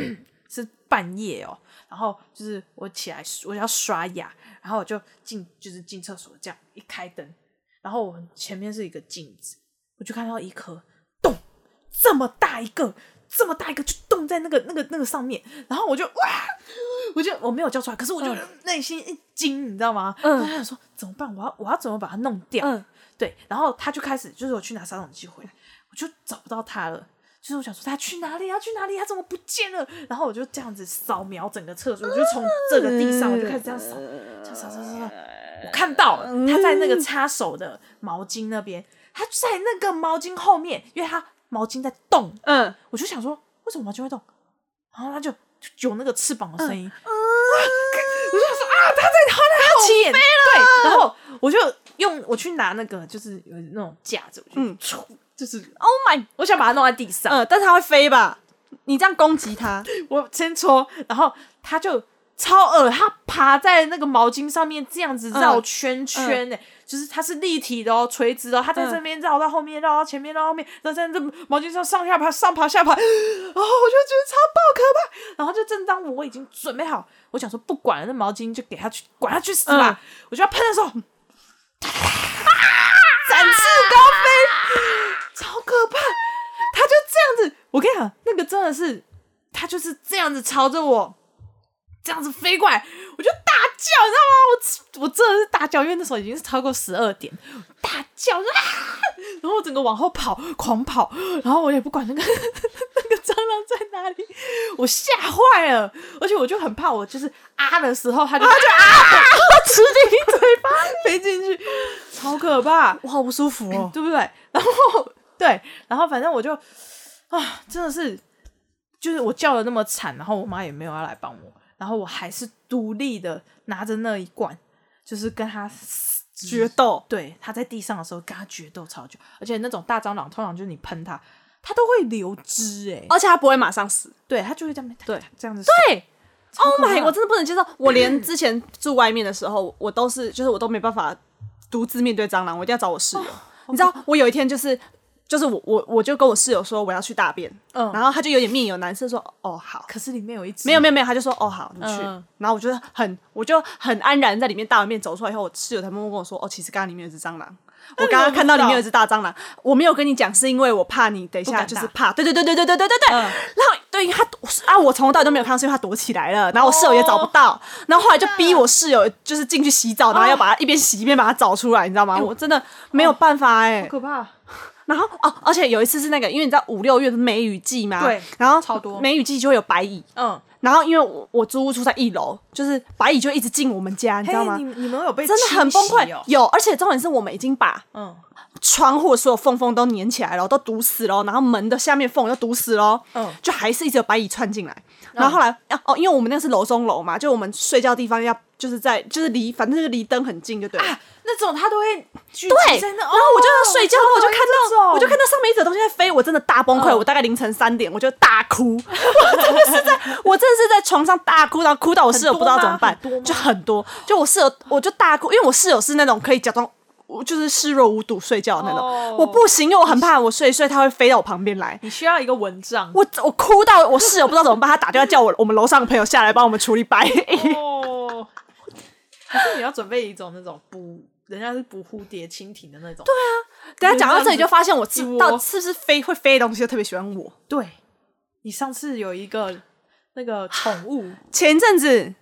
S1: 是半夜哦，然后就是我起来我要刷牙，然后我就进就是进厕所这样一开灯，然后我前面是一个镜子，我就看到一颗洞，这么大一个，这么大一个就洞在那个那个那个上面，然后我就哇，我就我没有叫出来，可是我就内心一惊，你知道吗？
S2: 嗯
S1: 我就想说怎么办？我要我要怎么把它弄掉？
S2: 嗯
S1: 对，然后他就开始就是我去拿杀虫剂回来，我就找不到他了。就是我想说他去哪里？他啊去哪里？他怎么不见了？然后我就这样子扫描整个厕所，我就从这个地上我就开始这样扫，
S2: 嗯
S1: 这样扫扫扫扫，我看到了他在那个擦手的毛巾那边，他在那个毛巾后面，因为他毛巾在动，
S2: 嗯，
S1: 我就想说为什么毛巾会动？然后他就就有那个翅膀的声音，我就想说啊，他在他在后面，对，然后我就用我去拿那个就是有那种架子，我就
S2: 嗯
S1: 戳，就是
S2: ，Oh my，
S1: 我想把它弄在地
S2: 呃
S1: 上，
S2: 嗯，但是它会飞吧？你这样攻击它，
S1: 我先戳，然后他就超恶，它爬在那个毛巾上面这样子绕
S2: 嗯
S1: 圈圈呢、就是它是立体的哦，垂直的、哦，它在这边绕到后面，绕到前面，绕到后面，然后在这毛巾上上下爬，上爬下爬，然后我就觉得超爆可怕。然后就正当我已经准备好，我想说不管了，那毛巾就给它去，管它去死吧。
S2: 嗯
S1: 我就要喷的时候，展翅高飞，超可怕！他就这样子，我跟你讲，那个真的是，他就是这样子朝着我这样子飞过来，我就大叫，你知道吗？我我真的是大叫，因为那时候已经是超过十二点，大叫啊！然后我整个往后跑，狂跑，然后我也不管那个 那个蟑螂在哪里，我吓坏了，而且我就很怕，我就是啊的时候，它 就它就啊，我吃进你嘴巴飞进去，超可怕。
S2: 我好不舒服哦。
S1: 对不对？然后对，然后反正我就啊，真的是，就是我叫的那么惨，然后我妈也没有要来帮我，然后我还是独立的拿着那一罐，就是跟他
S2: 决斗，
S1: 对，他在地上的时候跟他决斗超久，而且那种大蟑螂通常就是你喷它，它都会流汁哎、
S2: 而且他不会马上死。
S1: 对，它就会这样对这样子
S2: 哦对
S1: 超
S2: ，Oh
S1: 可怕
S2: my，我真的不能接受。我连之前住外面的时候，我都是就是我都没办法独自面对蟑螂，我一定要找我室友。你知道，我有一天就是就是我我我就跟我室友说我要去大便，
S1: 嗯
S2: 然后他就有点面有难色说哦好。
S1: 可是里面有一只
S2: 没有没有没有，他就说哦好，你去。
S1: 嗯
S2: 然后我就很我就很安然在里面大完便走出来以后，我室友才默默跟我说哦，其实刚刚里面有一只蟑螂，我
S1: 你怎
S2: 刚刚
S1: 么
S2: 看
S1: 不
S2: 到
S1: 知
S2: 里面
S1: 道
S2: 有一只大蟑螂，我没有跟你讲是因为我怕你等一
S1: 不
S2: 下
S1: 敢
S2: 就是
S1: 打
S2: 怕，对对对对对对对对对。
S1: 嗯
S2: 然后对，因为他我是啊，我从头到尾都没有看到，是因为他躲起来了，然后我室友也找不到，然后后来就逼我室友就是进去洗澡，然后要把它一边洗一边把它找出来，你知道吗？我真的没有办法哎、
S1: 可怕，
S2: 然后哦，而且有一次是那个，因为你知道五六月不是梅雨季嘛，
S1: 对
S2: 然后
S1: 超多
S2: 梅雨季就会有白蚁，
S1: 嗯，
S2: 然后因为我我租屋住在一楼，就是白蚁就一直进我们家，
S1: 你
S2: 你知道吗？
S1: 你你们有被
S2: 真的很崩
S1: 侵袭
S2: 溃
S1: 哦，，
S2: 有，而且重点是我们已经把
S1: 嗯
S2: 窗户的所有缝缝都粘起来了，都堵死了，然后门的下面缝又堵死了，
S1: 嗯
S2: 就还是一直有白蚁窜进来。然后后来、啊哦，因为我们那是楼中楼嘛，就我们睡觉地方要就是在就是离反正就是离灯很近就对了。
S1: 啊，那种它都会聚
S2: 对，
S1: 集在那，
S2: 然后我就
S1: 哦
S2: 在睡觉，
S1: 超
S2: 我就
S1: 讨
S2: 看
S1: 厌这种
S2: 到，我就看到上面一整东西在飞，我真的大崩溃。
S1: 嗯
S2: 我大概凌晨三点，我就大哭， 我真的是在，我真的是在床上大哭，然后哭到我室友不知道怎么办
S1: 很多吗很多吗，
S2: 就很多，就我室友我就大哭，因为我室友是那种可以假装。我就是视若无睹睡觉的那种
S1: 哦
S2: 我不行，因为我很怕我睡一睡它会飞到我旁边来，
S1: 你需要一个蚊帐。
S2: 我我哭到我室友不知道怎么办，他打电话叫我我们楼上的朋友下来帮我们处 理白蚁，
S1: 哦，可是你要准备一种那种捕，人家是捕蝴蝶、蜻蜓的那种。对
S2: 等下讲到这里就发现我
S1: 一
S2: 知
S1: 窝
S2: 道是不是飞会飞的东西就特别喜欢我，
S1: 对，你上次有一个那个宠物，
S2: 前一阵 子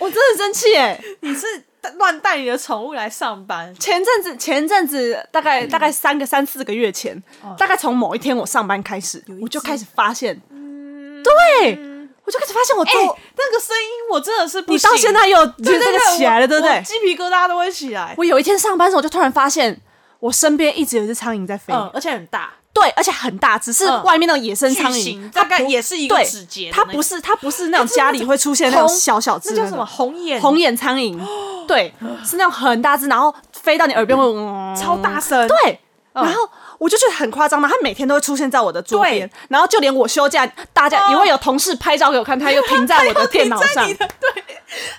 S2: 我真的生气哎！
S1: 你是乱带你的宠物来上班，
S2: 前阵子前阵子大概大概三个三四个月前，大概从某一天我上班开始
S1: 有一，只
S2: 我就开始发现，嗯对我就开始发现我
S1: 哎、
S2: 做，
S1: 那个声音我真的是不
S2: 你到
S1: 行
S2: 现在又觉
S1: 对
S2: 得
S1: 对
S2: 这个
S1: 对
S2: 起来了，对不
S1: 我
S2: 对
S1: 我？鸡皮疙瘩都会起来。
S2: 我有一天上班的时候，我就突然发现我身边一直有一只苍蝇在飞，
S1: 嗯，而且很大，
S2: 对，而且很大，只是
S1: 嗯
S2: 外面那种野生
S1: 巨
S2: 苍
S1: 型
S2: 蝇，
S1: 大概也是一个
S2: 对
S1: 指节的那
S2: 它
S1: 种，
S2: 不是它不是那种哎
S1: 是
S2: 家
S1: 那
S2: 里
S1: 种
S2: 会出现那种
S1: 红
S2: 小小只
S1: 那
S2: 的，
S1: 叫什么红眼
S2: 红眼苍 蝇？对，是那种很大只，然后飞到你耳边会嗡
S1: 超大声，嗯
S2: 对。然后我就觉得很夸张嘛，他每天都会出现在我的桌边
S1: 对，
S2: 然后就连我休假，大家
S1: 哦
S2: 也会有同事拍照给我看，他又停在 我的电脑上，我
S1: 你
S2: 觉
S1: 的对，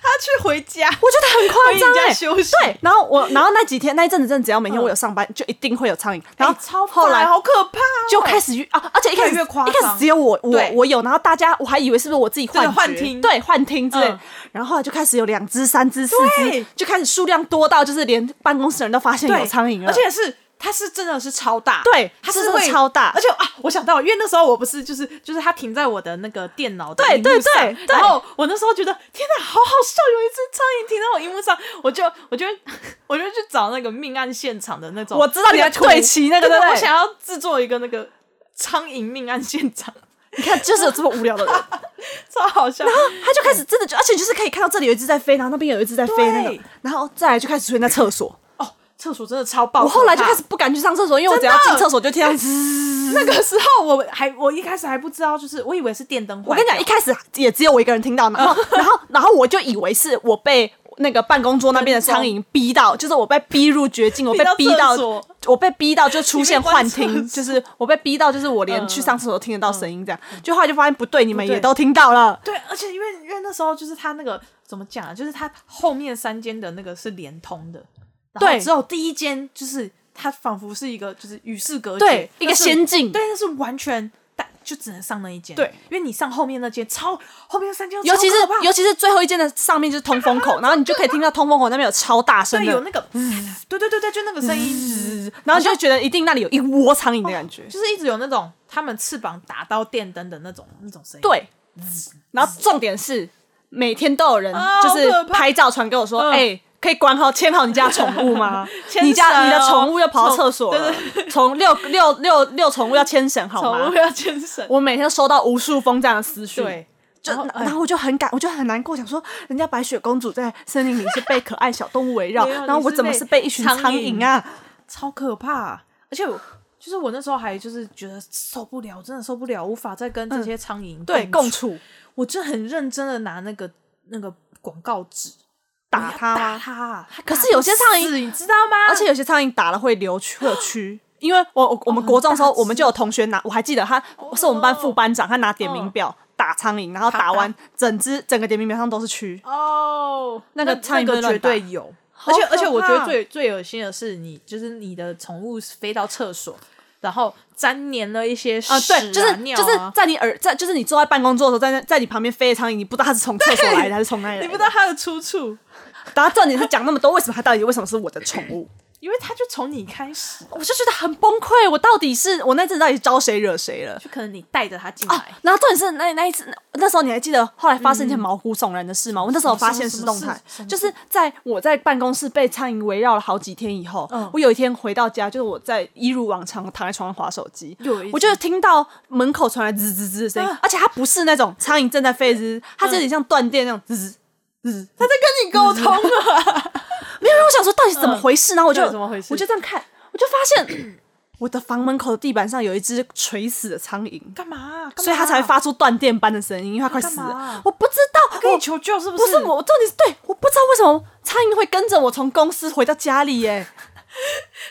S1: 他去回家，
S2: 得很夸
S1: 回
S2: 张
S1: 家
S2: 哎、
S1: 休息，
S2: 对，然后我，然后那几天那一阵子，真的只要每天我有上班，就一定会有苍蝇。
S1: 然
S2: 然后
S1: 后哎超
S2: 后来
S1: 好可怕、哦，
S2: 就开始越啊，而且一开始
S1: 越来越夸张
S2: 一开始只有我我
S1: 对
S2: 我有，然后大家我还以为是不是我自己幻觉
S1: 对幻听
S2: 对幻听之类的
S1: 嗯，
S2: 然后后来就开始有两只、三只、四
S1: 对
S2: 只，就开始数量多到就是连办公室的人都发现有
S1: 对
S2: 苍蝇了，
S1: 而且是它是真的是超大，
S2: 对
S1: 它
S2: 是真的
S1: 会
S2: 超大
S1: 而且啊，我想到，因为那时候我不是就是就是它停在我的那个电脑的
S2: 对
S1: 荧幕
S2: 对
S1: 上
S2: 对对
S1: 然后我那时候觉得天哪，好好笑，有一只苍蝇停在我荧幕上，我就我就我就去找那个命案现场的那种，
S2: 我知道你
S1: 那
S2: 在
S1: 个图
S2: 对齐那个
S1: 对
S2: 对不对
S1: 我想要制作一个那个苍蝇命案现场，
S2: 你看就是有这么无聊的 人，
S1: 超好笑，然
S2: 他就开始真的就，而且就是可以看到这里有一只在飞，然后那边有一只在飞那
S1: 对
S2: 个，然后再来就开始出现在厕所，
S1: 哦，厕所真的超爆，
S2: 我后来就开始。不敢去上厕所，因为我只
S1: 真
S2: 要
S1: 的
S2: 进厕所就听到滋。
S1: 那个时候我还我一开始还不知道，就是我以为是电灯坏
S2: 我跟你讲，一开始也只有我一个人听到，然后然后然后我就以为是我被那个办公桌那边的苍蝇逼到，就是我被逼入绝境，我被逼
S1: 逼
S2: 到
S1: 到厕所，
S2: 我被逼到就出现幻
S1: 你被
S2: 听，
S1: 关
S2: 就是我被逼到，就是我连去上厕所都听得到声音，这样，就后来就发现不嗯对，你们也都听到了，
S1: 对，而且因为因为那时候就是他那个怎么讲啊，就是他后面三间的那个是连通的，然
S2: 对
S1: 后只有第一间就是它仿佛是一个就是与世隔绝，
S2: 对，一个
S1: 那是
S2: 仙境，
S1: 对，那是完全但就只能上那一间，
S2: 对，
S1: 因为你上后面那间超后面三间都
S2: 尤其是
S1: 超可怕
S2: 尤其是最后一间的上面就是通风 口，然后你就可以听到通风口那边有超大声
S1: 对有
S2: 的，嗯
S1: 那个，对对对对，就那个声音，
S2: 然后你就觉得一定那里有一窝苍蝇的感觉，
S1: 就是一直有那种他们翅膀打到电灯的那种那种声音，
S2: 对，然后重点是每天都有人
S1: 啊
S2: 就是
S1: 好可怕
S2: 拍照传给我说，
S1: 嗯
S2: 哎、可以管好牵好你家宠
S1: ？
S2: 物吗
S1: 牵
S2: 你
S1: 绳
S2: 家
S1: 哦
S2: 你的宠物要跑到厕所了，从六六六六宠物要牵绳好
S1: 宠
S2: 吗
S1: 物？要牵绳，
S2: 我每天收到无数封这样的私讯，
S1: 对，
S2: 就
S1: 然后哎
S2: 然后我就很感，我就很难过，想说人家白雪公主在森林里是被可爱小动物围绕，
S1: 没有
S2: 然后
S1: 你
S2: 我
S1: 是
S2: 怎么
S1: 被
S2: 是被一群
S1: 苍
S2: 苍
S1: 蝇
S2: 蝇啊？
S1: 超可怕、而且我就是我那时候还就是觉得受不了，真的受不了，无法再跟这些苍蝇、
S2: 嗯对，共
S1: 处。
S2: 处
S1: 我真的很认真的拿那个那个广告纸
S2: 打它啊
S1: 我要打
S2: 吗？
S1: 它，
S2: 可是有些苍蝇
S1: 打到死你知道吗？
S2: 而且有些苍蝇打了会流蛆，会有蛆。因为我我我们国中的时候，我们就有同学拿，我还记得他是我们班副班长，他拿点名表打苍蝇，然后打完整只整个点名表上都是蛆，
S1: 哦，那
S2: 个苍蝇不
S1: 那个
S2: 会乱
S1: 绝
S2: 打
S1: 对有。
S2: 好
S1: 而且
S2: 可
S1: 而且，我觉
S2: 怕
S1: 得最最恶心的是你，就是你的宠物飞到厕所，然后粘黏了一些屎
S2: 啊，对，就是
S1: 尿
S2: 就是
S1: 啊
S2: 在你耳在就是你坐在办公桌的时候，在那在你旁边飞的苍蝇，你不知道它是从厕所来的还是从哪里来
S1: 你
S2: 的。
S1: 不知道它的出处，
S2: 然后重点是讲那么多，为什么它到底为什么是我的宠物？
S1: 因为它就从你开始，
S2: 我就觉得很崩溃，我到底是我那阵到底招谁惹谁了？
S1: 就可能你带着它进来，
S2: 哦然后重点是那那一次，那时候你还记得后来发生一件毛骨悚然的事吗？我那时候发现是动
S1: 嗯什么什
S2: 态
S1: 么什，么
S2: 就是在我在办公室被苍蝇围绕了好几天以后，
S1: 嗯
S2: 我有一天回到家，就是我在一如往常躺在床上划手机
S1: 又有一只，嗯
S2: 我就听到门口传来吱吱吱的声音，而且它不是那种苍蝇正在飞的吱吱，它是有点像断电那种吱吱。
S1: 嗯它在跟你沟通啊，
S2: 没有，让我想说到底是怎么回事，然 后我就
S1: 对怎么回事
S2: 我就这样看，我就发现 我的房门口的地板上有一只垂死的苍蝇。
S1: 干嘛啊？干嘛啊
S2: 所以它才会发出断电般的声音，因为它快死
S1: 干嘛
S2: 了
S1: 啊。
S2: 我不知道，
S1: 跟
S2: 我
S1: 你求救是不
S2: 哦不
S1: 是？
S2: 是我，重点是对，我不知道为什么苍蝇会跟着我从公司回到家里 耶、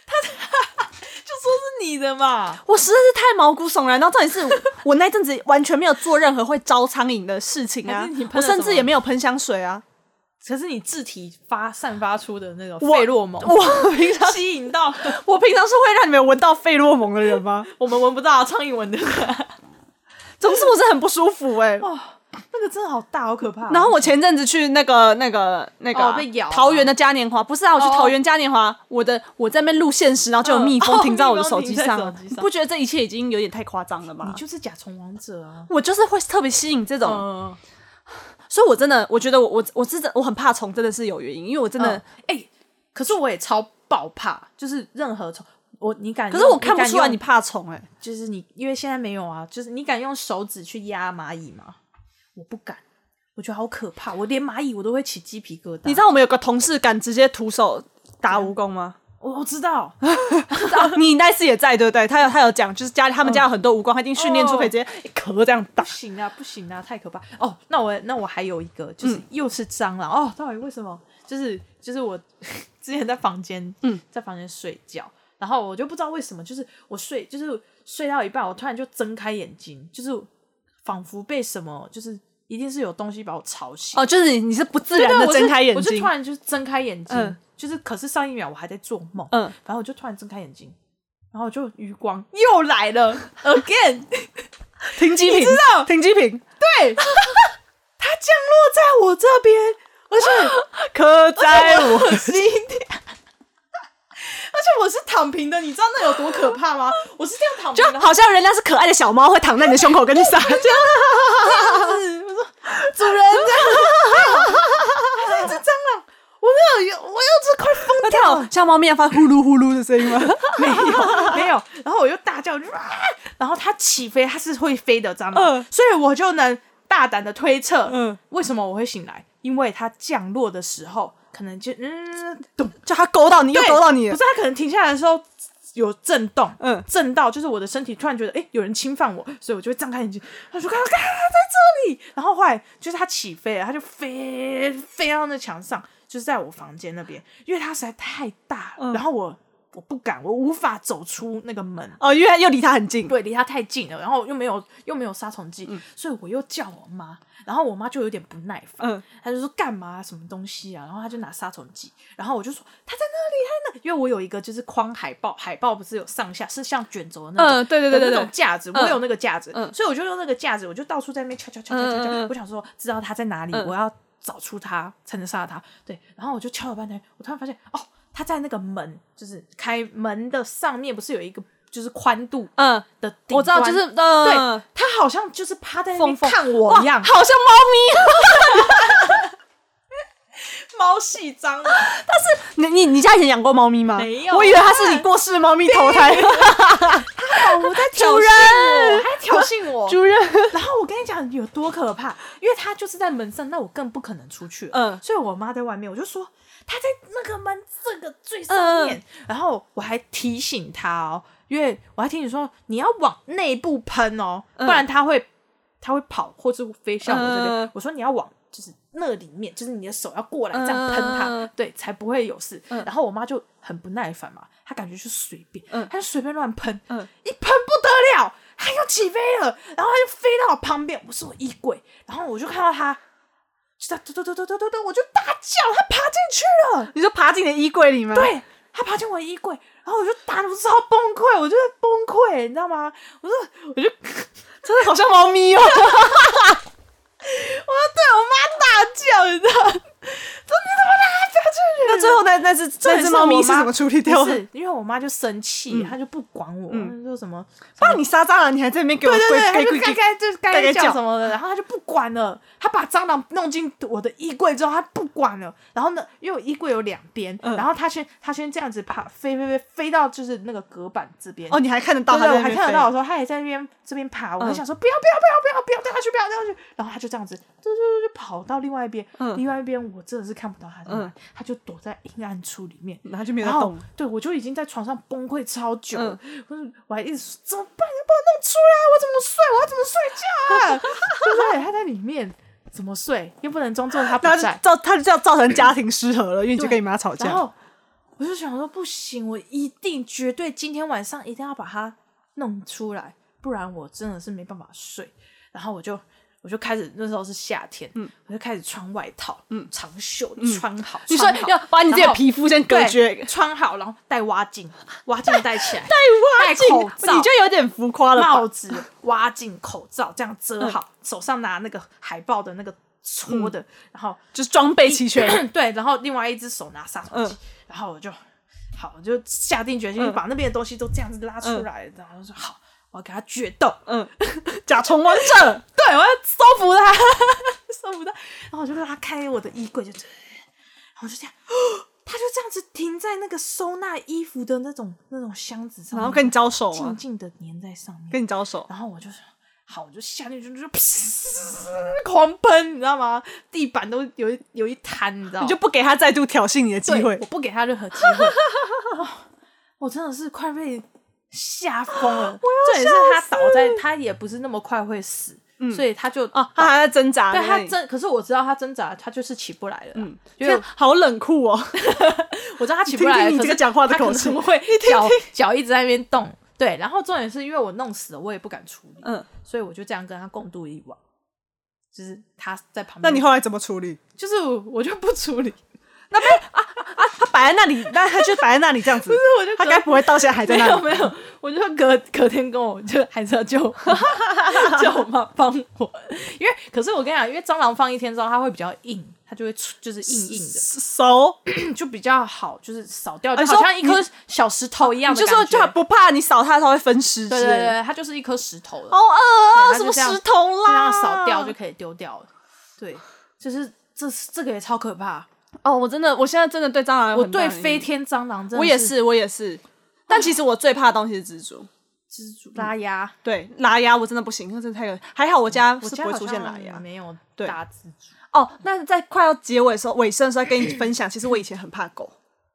S1: 就说是你的嘛，
S2: 我实在是太毛骨悚然。然后重点是我那阵子完全没有做任何会招苍蝇的事情啊
S1: 还是你，喷
S2: 我
S1: 了
S2: 甚
S1: 什
S2: 至
S1: 么
S2: 也没有喷香水啊。
S1: 可是你自体发散发出的那种
S2: 我
S1: 费洛蒙，
S2: 我平常
S1: 吸引到
S2: 我平常是会让你们闻到费洛蒙的人吗？
S1: 我们闻不到苍蝇 闻的，
S2: 总之我是很不舒服哎、
S1: 那个真的好大，好可怕哦。
S2: 然后我前阵子去那个、那个、那个啊、
S1: 哦被咬啊哦
S2: 桃园的嘉年华，不是啊，我去桃园嘉年华，我的我在那边录现实，然后就有
S1: 嗯
S2: 蜜
S1: 哦
S2: 蜂停在我的
S1: 蜜
S2: 手
S1: 蜂
S2: 机
S1: 停在
S2: 上
S1: 手
S2: 啊，
S1: 机
S2: 你
S1: 上
S2: 不觉得这一切已经有点太夸张了吗
S1: 你？就是甲虫王者啊，
S2: 我就是会特别吸引这种，
S1: 嗯，
S2: 所以我真的我觉得我我我是真我很怕虫，真的是有原因，因为我真的，
S1: 哎、可是我也超爆怕，就是任何虫，我你敢用，
S2: 可是我看不出来
S1: 敢
S2: 你
S1: 用，
S2: 怕虫哎、
S1: 就是你，因为现在没有啊，就是你敢用手指去压蚂蚁吗？我不敢，我觉得好可怕，我连蚂蚁我都会起鸡皮疙瘩。
S2: 你知道我们有个同事敢直接徒手打蜈蚣 吗？
S1: 我我知道，
S2: 啊你那次也在对不对？他有他有讲，就是家里
S1: 嗯
S2: 他们家有很多蜈蚣，他已经训练出
S1: 哦
S2: 可以直接一壳这样打
S1: 不。行啊，不行啊，太可怕哦。那我那我还有一个，就是又是蟑螂、哦，到底为什么？就是就是我 之前在房间，嗯，在房间睡觉，然后我就不知道为什么，就是我睡就是睡到一半，我突然就睁开眼睛，就是仿佛被什么，就是一定是有东西把我吵醒。
S2: 哦，就是你，你是不自
S1: 对
S2: 然
S1: 对，
S2: 的
S1: 我
S2: 睁
S1: 是
S2: 开眼
S1: 我就
S2: 睛
S1: 突，然就是睁开眼睛，
S2: 嗯
S1: 就是可是上一秒我还在做梦，
S2: 嗯
S1: 反正我就突然睁开眼睛，然后我就余光又来 了，again，
S2: 停机坪，
S1: 知道
S2: 停机坪，
S1: 对，它降落在我这边，而 且
S2: 刻在我
S1: 我心跳，而且我是躺平的，你知道那有多可怕 吗？我是这样躺平
S2: 就
S1: 的，
S2: 好像人家是可爱的小猫会躺在你的胸口跟 你撒娇，
S1: 主人 这样，还是一只蟑螂，我那有我有只快疯
S2: 它跳像猫咪一样发出呼噜呼噜的声音 吗？
S1: 没有没有，然后我又大叫，啊、然后它起飞，它是会飞的蟑螂，
S2: 嗯
S1: 所以我就能大胆的推测，
S2: 嗯
S1: 为什么我会醒来？因为它降落的时候，可能就嗯，咚，
S2: 就它勾到你，又
S1: 对
S2: 勾到你
S1: 不，是它可能停下来的时候有震动，
S2: 嗯
S1: 震到就是我的身体突然觉得，哎、有人侵犯我，所以我就会张开眼睛，他说看，看在这里，然后后来就是它起飞了，它就飞飞到那墙上，就是在我房间那边，因为它实在太大
S2: 嗯
S1: 了，然后我我不敢，我无法走出那个门，
S2: 哦，因为又离他很近，
S1: 对，离它太近了，然后又没有又没有杀虫剂，所以我又叫我妈，然后我妈就有点不耐烦，
S2: 嗯嗯
S1: 她就说干嘛什么东西啊，然后她就拿杀虫剂，然后我就说她在那里，她在那，因为我有一个就是框海报，海报不是有上下是像卷轴的那种，
S2: 嗯对对
S1: 的
S2: 对对
S1: 那
S2: 对
S1: 种架子，我有那个架子，
S2: 嗯
S1: 所以我就用那个架子，我就到处在那边敲敲敲敲敲敲，
S2: 嗯嗯嗯
S1: 我想说知道她在哪里，
S2: 嗯
S1: 我要找出她才能杀了她，对，然后我就敲了半天，我突然发现哦，她在那个门，就是开门的上面不是有一个就是宽度
S2: 嗯，
S1: 的顶端，
S2: 我知道，就是嗯
S1: 对，他好像就是趴在那边
S2: 缝缝
S1: 看我一样
S2: 哇，好像猫
S1: 猫系蟑螂，
S2: 咪。 你你你家以前养过猫咪吗？
S1: 没有啊
S2: 我以为它是你过世的猫咪投胎。
S1: 啊我在挑衅
S2: 主
S1: 我，
S2: 人
S1: 还 挑衅 我。
S2: 主任，
S1: 然后我跟你讲有多可怕，因为他就是在门上，那我更不可能出去了。
S2: 嗯
S1: 所以我妈在外面，我就说他在那个门这个最上面，嗯然后我还提醒他哦，因为我还提醒说你要往内部喷哦，不
S2: 嗯
S1: 然他会他会跑或是飞向我这边。
S2: 嗯
S1: 我说你要往就是那里面，就是你的手要过来这样喷他，
S2: 嗯
S1: 对，才不会有事。
S2: 嗯
S1: 然后我妈就很不耐烦嘛，她感觉就随便，
S2: 嗯
S1: 她就随便乱喷，
S2: 嗯
S1: 一喷不得了，它又起飞了，然后它就飞到我旁边，我是我衣柜，然后我就看到它，就在嘟嘟嘟嘟嘟嘟嘟，我就大叫，它爬进去了，
S2: 你说爬进你的衣柜里吗？，
S1: 对，它爬进我的衣柜，然后我就打，我超崩溃，我就在崩溃，你知道吗？我说，我就
S2: 真的好像猫 咪哦。
S1: 我要对我妈大叫，你知道吗？说你怎么让它飞进去？
S2: 那最后那那只
S1: 这
S2: 那只猫咪是怎么处理掉的？
S1: 是因为我妈就生气，
S2: 嗯
S1: 她就不管我，
S2: 嗯
S1: 她就说什么哦
S2: 帮你杀蟑螂，你还在那边给我
S1: 对对对，他
S2: 跪
S1: 就
S2: 跪
S1: 该
S2: 跪
S1: 该就是该
S2: 该该
S1: 叫嗯
S2: 叫
S1: 什么的，然后他就不管了，他把蟑螂弄进我的衣柜之后，他不管了，然后呢，因为我衣柜有两边，
S2: 嗯
S1: 然后他先他先这样子爬飞飞飞飞到就是那个隔板这边，
S2: 哦，你还看得到
S1: 对
S2: 它
S1: 对，
S2: 在
S1: 我
S2: 那
S1: 还
S2: 边
S1: 看得
S2: 飞
S1: 到，我说他也在那边这边爬，我还
S2: 嗯
S1: 想说不要不要不要不要不要掉下去不要掉下去，然后他就这样子，就就就就跑到另外一边，
S2: 嗯
S1: 另外一边我真的是看不到他在哪
S2: 嗯，
S1: 他就躲在阴暗处里面，
S2: 然后就没有
S1: 然
S2: 在
S1: 后
S2: 动了。嗯
S1: 对我就已经在床上崩溃超久了，我就我还一直说怎么办？你把我弄出来，我怎么睡？我要怎么睡觉啊？ 对不对？他在里面怎么睡？又不能装作他 不
S2: 那就
S1: 在。
S2: 造，他就这样造成家庭失和了，因为你就
S1: 对
S2: 跟你妈吵架
S1: 然。后我就想说不行，我一定绝对今天晚上一定要把它弄出来，不然我真的是没办法睡。然后我就我就开始那时候是夏天，
S2: 嗯
S1: 我就开始穿外套，嗯，长袖穿好。
S2: 你说
S1: 穿好
S2: 要把你自己
S1: 然
S2: 的
S1: 后
S2: 皮肤先隔
S1: 对，
S2: 绝，
S1: 穿好，然后戴蛙镜，蛙镜戴起来，
S2: 戴
S1: 戴口罩
S2: 你就有点浮夸了吧。嗯
S1: 帽子、蛙镜、口罩这样遮好，手上拿那个海报的那个搓的，然后
S2: 就是装备齐全，
S1: 对，然后另外一只手拿杀虫剂，
S2: 嗯
S1: 然后我就好，我就下定决心、
S2: 嗯
S1: 把那边的东西都这样子拉出来，然后就说好，我要跟他决斗，
S2: 嗯， 甲虫王者，
S1: 对我要收服他， 收服他，然后我就让他开我的衣柜，就，然后我就这样。 他就这样子停在那个收纳衣服的那种那种箱子上面，
S2: 然后跟你招手
S1: 静
S2: 啊，
S1: 静的粘在上面。
S2: 跟你招手，
S1: 然后我就是好，我就下定决心就 狂喷，你知道吗？地板都有一有一滩，你知道吗？
S2: 你就不给他再度挑衅你的机
S1: 对
S2: 会
S1: 我。不给他任何机 会。哦我真的是快被吓疯 了。这也是他倒在，他也不是那么快会死，所以他就
S2: 哦，他还在挣扎，
S1: 对
S2: 在
S1: 他
S2: 那里，
S1: 挣，可是我知道他挣扎，他就是起不来了啦。
S2: 嗯，
S1: 因为
S2: 天好冷酷哦，
S1: 我知道他起不来，
S2: 你听听你
S1: 可是
S2: 这个讲话的
S1: 他可
S2: 口气
S1: 能 会脚脚一直在那边动。对，然后重点是因为我弄死了，我也不敢处理，
S2: 嗯，
S1: 所以我就这样跟他共度一晚。就是他在旁边，
S2: 那你后来怎么处理？
S1: 就是我我就不处理，
S2: 他摆在那里，那他就摆在 那里 这样子，
S1: 我就
S2: 他
S1: 隔
S2: 该不会到现在还在
S1: 没
S2: 那
S1: 有
S2: 里？
S1: 没有，我就隔隔天跟我就还是要救我 妈叫我妈帮我，因为可是我跟你讲，因为蟑螂放一天之后，它会比较硬，它就会出就是硬硬的，
S2: 手，
S1: 就比较好，就是扫掉，
S2: 啊
S1: 就
S2: 你
S1: 好
S2: 说哦
S1: 像一颗小石头一样
S2: 你
S1: 的
S2: 就
S1: 感觉。
S2: 说就不怕你扫它，它会分尸之
S1: 对
S2: 类
S1: 对
S2: 的。
S1: 对，它就是一颗石头了，
S2: 好啊恶
S1: 对它
S2: 啊，什
S1: 就
S2: 么
S1: 这样
S2: 石头
S1: 就这样
S2: 啦？
S1: 扫掉就可以丢掉了。对，就是这这个也超可怕。
S2: 哦，我真的，我现在真的对蟑螂有
S1: 我
S2: 很大
S1: 对
S2: 的阴
S1: 飞
S2: 影，
S1: 天蟑螂真的
S2: 我也是，我也是。但其实我最怕的东西是蜘蛛，
S1: 蜘蛛拉牙，
S2: 对拉牙我真的不行，那真的太恶心还好我家
S1: 嗯我
S2: 是
S1: 家
S2: 不会
S1: 好
S2: 出现
S1: 像
S2: 拉牙。
S1: 没有
S2: 对
S1: 大蜘蛛，
S2: 哦，那在快要结尾的时候，尾声的时候跟你分享，其实我以前很怕狗，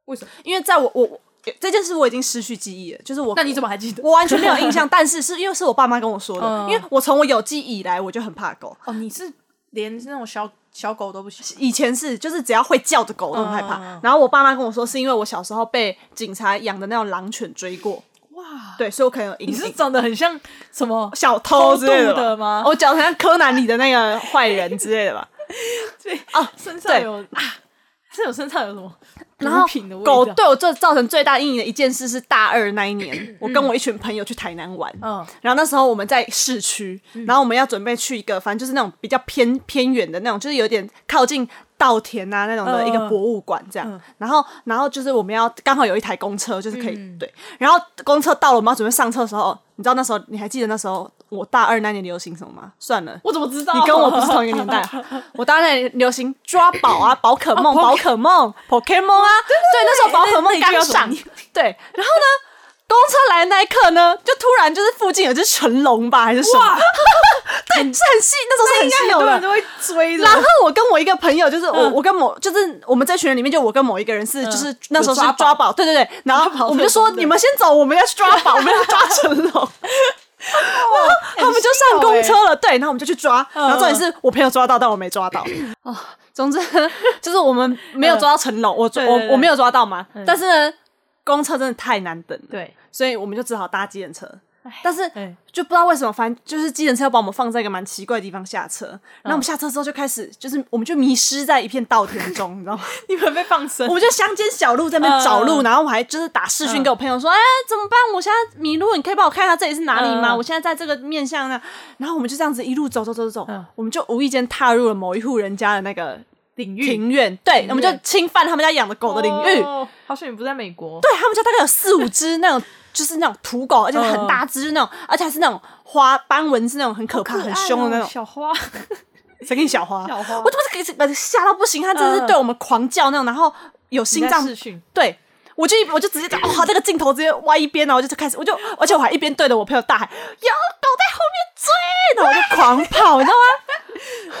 S1: 为什么？
S2: 因为在我我我这件事我已经失去记忆了，就是我
S1: 哦那你怎么还记得？
S2: 我完全没有印象，但是是因为是我爸妈跟我说的，
S1: 嗯
S2: 因为我从我有记忆以来我就很怕狗，
S1: 哦，你是连那种小小狗都不行。
S2: 以前是，就是只要会叫的狗都很害怕。
S1: 嗯
S2: 然后我爸妈跟我说，是因为我小时候被警察养的那种狼犬追 过，
S1: 哇，
S2: 对，所以我可能有阴
S1: 你是
S2: 影。
S1: 长得很像什么？
S2: 小偷之类
S1: 偷渡的吗
S2: 我讲得像柯南里的那个坏人之类的吧。
S1: 对
S2: 啊，
S1: 身上
S2: 对
S1: 有啊，是有身上有什么
S2: 然后
S1: 毒品的味道
S2: 狗对我最造成最大阴影的一件事是大二那 一年，我跟我一群朋友去台南玩，
S1: 嗯
S2: 然后那时候我们在市区，然后我们要准备去一个，反正就是那种比较偏偏远的那种，就是有点靠近稻田啊那种的一个
S1: 嗯嗯
S2: 博物馆这样。然后，然后就是我们要刚好有一台公车，就是可以、
S1: 嗯
S2: 对。然后公车到了，我们要准备上车的时候，你知道那时候你还记得那时候我大二那年流行什么吗？算了，
S1: 我怎么知道？
S2: 你跟我不是同一个 年代啊。我当然流行抓宝啊，宝可梦，
S1: 哦
S2: 宝可梦，Pokemon 啊，对，那时候宝可梦
S1: 那那一句
S2: 刚
S1: 要怎么
S2: 上
S1: 念，
S2: 对，然后呢？公车来的那一刻呢，就突然就是附近有只成龙吧，还是什么？
S1: 哇，
S2: 对，是很细，那时候是很
S1: 应该
S2: 稀
S1: 很
S2: 有
S1: 多
S2: 的
S1: 人。都会追的
S2: 然。后我跟我一个朋友，就是
S1: 嗯
S2: 我，我跟某，就是我们这群人里面，就我跟某一个人是，就是那时候是
S1: 有抓宝
S2: 抓宝，对对对。然后我们就说，
S1: 对
S2: 你们先走，我们要去抓宝，我们要抓成 龙。他们就
S1: 欸
S2: 上公车了，对，然后我们就去抓，
S1: 嗯
S2: 然后重点是我朋友抓到，但我没抓到。哦，总之就是我们没有抓到成龙，我抓
S1: 嗯对对
S2: 我
S1: 对嗯
S2: 我没有抓到嘛，但是呢，公车真的太难等了，
S1: 对，
S2: 所以我们就只好搭计程车。但是
S1: 对
S2: 就不知道为什么，反正就是计程车把我们放在一个蛮奇怪的地方下车，然后
S1: 嗯
S2: 我们下车之后就开始，就是我们就迷失在一片稻田中，你 知道吗？
S1: 你们被放生
S2: 我，们就乡间小路在那边找
S1: 嗯
S2: 路，然后我还就是打视讯给我朋友说，哎、怎么办？我现在迷路，你可以帮我看一下这里是哪里吗？
S1: 嗯
S2: 我现在在这个面向那，然后我们就这样子一路走走走走，
S1: 嗯
S2: 我们就无意间踏入了某一户人家的那个
S1: 领域
S2: 庭院，对，我们就侵犯他们家养的狗的领域，
S1: 哦好险你不在美国。
S2: 对他们家大概有四五只那种。就是那种土狗，而且
S1: 嗯
S2: 很大只，就是那种，而且还是那种花斑纹是那种很可怕、
S1: 可爱
S2: 很
S1: 哦
S2: 凶的那种。
S1: 小 花，
S2: 谁给你小花？
S1: 小花嗯
S2: 我他妈给把吓到不行，他真的是对我们狂叫那种，然后有心脏
S1: 视讯，
S2: 对，我就一我就直接讲，哇，这个镜头直接歪一边，然后我就开始，我就而且我还一边对着我朋友大喊，有狗在后面追，然后我就狂跑，你知 道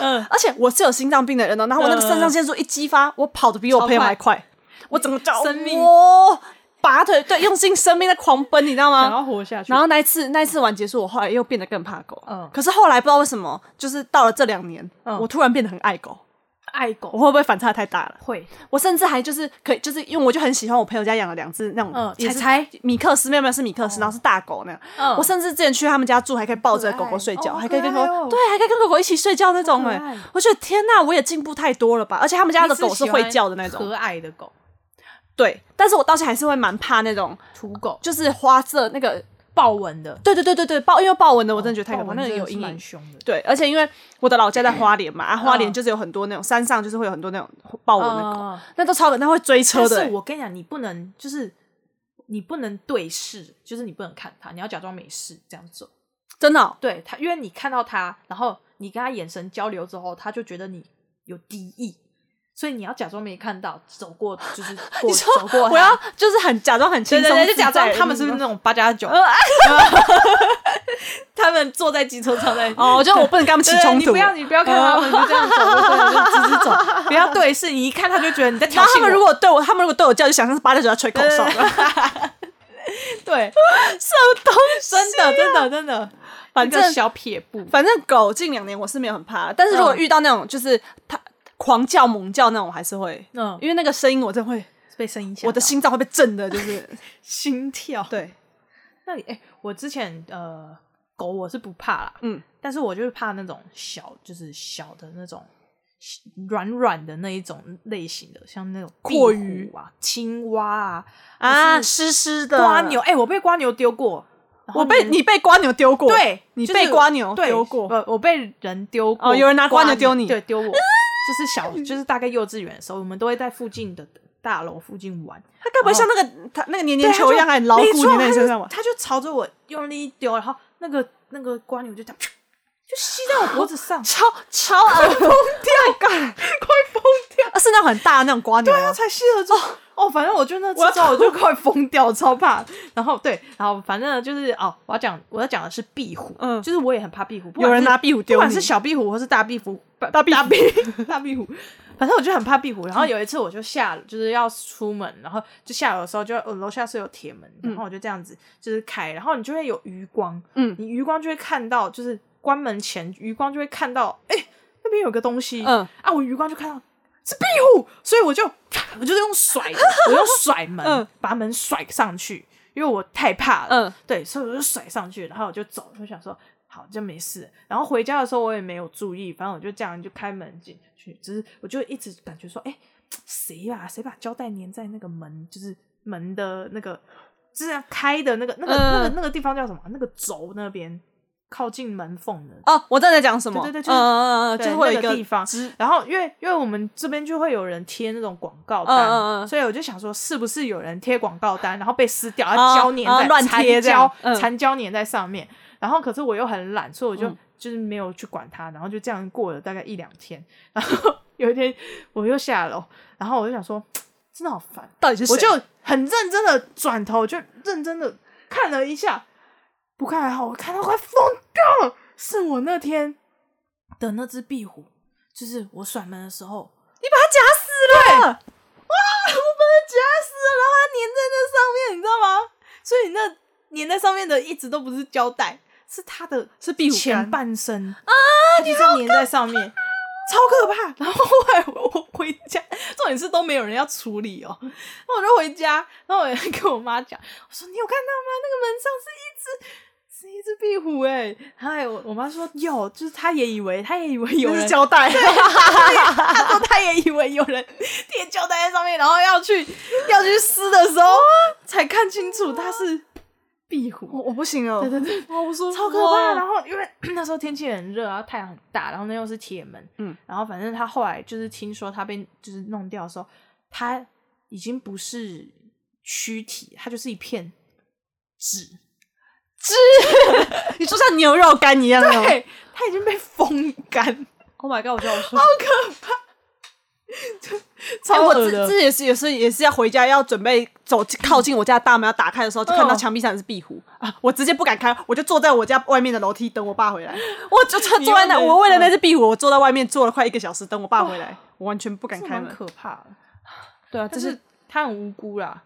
S2: 吗？
S1: 嗯
S2: 嗯，而且我是有心脏病的人哦，然后我那个肾上腺素一激发，我跑的比我朋友还快，我整个叫
S1: 生命
S2: 哇拔腿，对，用尽生命在狂奔，你知道
S1: 想
S2: 吗？
S1: 要活下去。
S2: 然后那一次，那一次完结束，我后来又变得更怕狗。
S1: 嗯
S2: 可是后来不知道为什么，就是到了这两年，
S1: 嗯
S2: 我突然变得很爱狗。
S1: 爱
S2: 我
S1: 狗
S2: 会不会反差太大了？
S1: 会，
S2: 我甚至还就是可以，就是因为我就很喜欢我朋友家养了两只那种，
S1: 嗯
S2: 也是
S1: 柴柴
S2: 米克斯，没有没有是米克斯，然后是大狗那样。
S1: 嗯
S2: 我甚至之前去他们家住，还可以抱着
S1: 可爱
S2: 狗狗睡觉，
S1: 哦
S2: 还可以跟狗、
S1: 好可爱哦
S2: 对，还可以跟狗狗一起睡觉那种
S1: 好可
S2: 哎、
S1: 爱
S2: 我觉得天呐，我也进步太多了吧！而且他们家的狗
S1: 你
S2: 是
S1: 喜欢
S2: 会叫的那种，
S1: 和蔼的狗，
S2: 对。但是我到现在还是会蛮怕那种，
S1: 土狗，
S2: 就是花色那个，
S1: 豹纹的，
S2: 对对对对对，豹，因为豹纹的我真的觉得太可
S1: 豹
S2: 怕，
S1: 纹
S2: 那个
S1: 真的
S2: 有
S1: 是
S2: 阴影
S1: 蛮。凶的。
S2: 对，而且因为我的老家在花莲嘛，啊，花莲就是有很多那种山上就是会有很多那种豹纹的狗，
S1: 嗯
S2: 那都超可，那会追车
S1: 但
S2: 的、欸
S1: 是。我跟你讲，你不能就是你不能对视，就是你不能看它，你要假装没事这样走。
S2: 真的哦、
S1: 对它，因为你看到它，然后你跟它眼神交流之后，它就觉得你有敌意，所以你要假装没看到，走过就是 过
S2: 你说
S1: 走过它。
S2: 我要就是很假装很轻
S1: 对
S2: 松
S1: 对对，
S2: 自在，嗯呃
S1: 就假装他们是
S2: 你
S1: 那
S2: 知道吗
S1: 种八加九，
S2: 啊
S1: 他们坐在机车上 在
S2: 哦，就我不能跟他们起
S1: 对
S2: 冲
S1: 你
S2: 突。
S1: 不要，
S2: 然
S1: 你不要看他们，就这样走过去，就直直 走，不要对视，你一看他就觉得你在挑
S2: 后
S1: 衅
S2: 他们
S1: 我
S2: 如果对我，他们如果对我叫，就想象是八六九在吹口哨了，
S1: 对，
S2: 什么东西？
S1: 真的，真的，啊真的，
S2: 反正
S1: 那个小撇步，
S2: 反正狗近两年我是没有很怕，但是如果
S1: 嗯
S2: 遇到那种就是它狂叫猛叫那种，我还是会，
S1: 嗯，
S2: 因为那个声音我真的会，
S1: 被声音吓到，
S2: 我的心脏会被震的，就是
S1: 心跳。
S2: 对，
S1: 那你哎、我之前呃，狗我是不怕啦，
S2: 嗯，
S1: 但是我就是怕那种小，就是小的那种软软的那一种类型的，像那种壁
S2: 阔鱼
S1: 虎啊、青蛙啊、
S2: 啊，
S1: 或是
S2: 湿湿的
S1: 瓜牛。，哎、我被瓜牛丢过，然后
S2: 我被
S1: 人
S2: 你被瓜牛丢过，
S1: 对，
S2: 你
S1: 就是
S2: 被瓜牛
S1: 对
S2: 丢过，
S1: 不我被人丢过。
S2: 哦有人拿瓜牛丢你
S1: 对， 丢我。就是小，就是大概幼稚园的时候，我们都会在附近的大楼附近玩。
S2: 它该不会像那个它那个黏黏球一样，还牢
S1: 没
S2: 固
S1: 错
S2: 粘在你身上吧？。
S1: 他就朝着我用力一丢，然后那个那个瓜牛就这样，就吸在我脖子上
S2: 超超
S1: 啊
S2: 耳 疯掉，快疯掉！ 啊是那种很大的那种瓜牛
S1: 他
S2: 吗？
S1: 啊才吸得住哦，反正我就那次之后我就快疯掉，超怕。然后对，然后反正就是哦，我要讲我要讲的是壁虎，
S2: 嗯
S1: 就是我也很怕壁虎。不
S2: 有
S1: 管
S2: 人
S1: 是
S2: 拿壁虎
S1: 不
S2: 丢
S1: 管
S2: 你
S1: 是，小壁虎或是大壁虎，不
S2: 大壁
S1: 大
S2: 虎嗯
S1: 壁大壁虎， 反正我就很怕壁虎。然后有一次我就下，就是要出门，然后就下楼的时候就，我楼下是有铁门，然后我就这样子就是开，然后你就会有余光，
S2: 嗯
S1: 你余光就会看到，就是关门前余光就会看到，哎、那边有个东西，
S2: 嗯
S1: 啊，我余光就看到是壁虎，所以我就啪我就是用甩的，我用甩门、
S2: 嗯
S1: 把门甩上去，因为我太怕了，
S2: 嗯
S1: 对，所以我就甩上去，然后我就走，就想说好就没事。然后回家的时候我也没有注意，反正我就这样就开门进去，只是我就一直感觉说，哎、谁呀、谁把胶带粘在那个门，就是门的那个，就是要开的那个那个、那个
S2: 嗯
S1: 那个地方叫什么？那个轴那边靠近门缝的
S2: 哦，我正在讲什么？
S1: 对对对就是
S2: 嗯嗯嗯嗯，
S1: 对
S2: 就会有一
S1: 那个地方
S2: 直
S1: 然后因为因为我们这边就会有人贴那种广告单，
S2: 嗯嗯嗯
S1: 所以我就想说，是不是有人贴广告单，然后被撕掉，
S2: 哦
S1: 它胶粘在、
S2: 哦乱贴
S1: 残
S2: 这样
S1: 胶、
S2: 嗯
S1: 残胶粘在上面。然后可是我又很懒，所以我就、
S2: 嗯
S1: 就是没有去管它，然后就这样过了大概一两天。然后 有一天我又下楼，然后我就想说，真的好烦，哦
S2: 到底是谁
S1: 我就很认真的转头，就认真的看了一下，不看还好，我看到快疯掉了。是我那天的那只壁虎，就是我甩门的时候，
S2: 你把它夹死了！哇，我把它夹死了，然后它粘在那上面，你知道吗？
S1: 所以那粘在上面的一直都不是胶带，是它的
S2: 是壁虎
S1: 前
S2: 干
S1: 半身啊，它就这样粘在上面。超可怕！ 然后后来我我回家，重点是都没有人要处理哦。然后我就回家，然后我也跟我妈讲，我说你有看到吗？那个门上是一只是一只壁虎哎、欸。哎，我我妈说有，就是她也以为，她也以为有
S2: 有
S1: 人
S2: 是胶带，
S1: 他说他也以为有人贴胶带在上面，然后要去要去撕的 时候才看清楚它是壁
S2: 我
S1: 虎，
S2: 我不行了，
S1: 对对对，
S2: 好不舒服，
S1: 超可怕。啊然。后因为 那时候天气很热，然后太阳很大，然后那又是铁门，
S2: 嗯，
S1: 然后反正他后来就是听说他被就是弄掉的时候，他已经不是躯体，它就是一片纸，
S2: 你说像牛肉干一样哦。
S1: 对，它已经被风干，
S2: ，Oh my god，我觉得我说
S1: 好可怕。
S2: 哎
S1: 超
S2: 我
S1: 恶
S2: 这
S1: 的，
S2: 这也是也是也是要回家要准备走近靠近我家大门要打开的时候，就看到
S1: 嗯
S2: 墙壁上是壁虎啊！我直接不敢开，我就坐在我家外面的楼梯等我爸回来。 我就坐
S1: 你
S2: 坐在那，
S1: 为了
S2: 我为了嗯那只壁虎，我坐在外面坐了快一个小时等我爸回来，我完全不敢
S1: 这
S2: 开
S1: 蛮
S2: 门。
S1: 可怕的。
S2: 对啊，
S1: 但
S2: 这
S1: 是
S2: 是
S1: 他很无辜啦。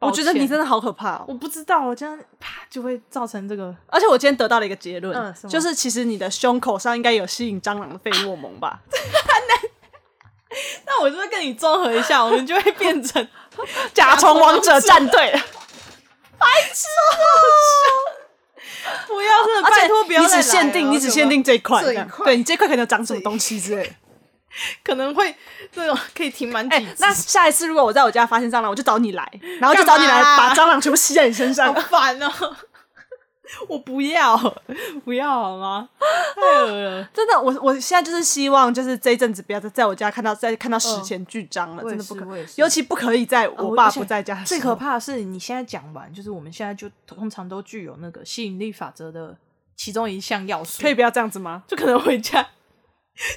S2: 我觉得
S1: 抱歉
S2: 你真的好可怕哦！
S1: 我不知道，我这样啪就会造成这个。
S2: 而且我今天得到了一个结论，
S1: 嗯什么
S2: 就是其实你的胸口上应该有吸引蟑螂的费洛蒙吧？
S1: 那我就是跟你综合一下，我们就会变成
S2: 甲虫王者战 队，哦
S1: 不要真的，
S2: 而且
S1: 拜托不要
S2: 你
S1: 再
S2: 只
S1: 来
S2: 限定
S1: 了
S2: 你只限，定这一块，
S1: 这一
S2: 这样
S1: 块
S2: 对你这一块可能有长什么东西之类的。
S1: 可能会这种可以停满几
S2: 哎、
S1: 次。
S2: 那下一次如果我在我家发现蟑螂，我就找你来，然后就找你来
S1: 干嘛
S2: 把蟑螂全部吸在你身上
S1: 好。烦 哦！我不要，不要好吗？太恶了，
S2: 真的，哎我我现在就是希望，就是这一阵子不要再在我家看到再看到史前巨蟑了，
S1: 我也
S2: 真的
S1: 是
S2: 不可
S1: 我也，是
S2: 尤其不可以在
S1: 啊
S2: 我
S1: 我
S2: 爸
S1: 而且
S2: 不在家的时
S1: 最
S2: 候。
S1: 可怕的是，你现在讲完，就是我们现在就通常都具有那个吸引力法则的其中一项要素，
S2: 可以不要这样子吗？
S1: 就可能回家，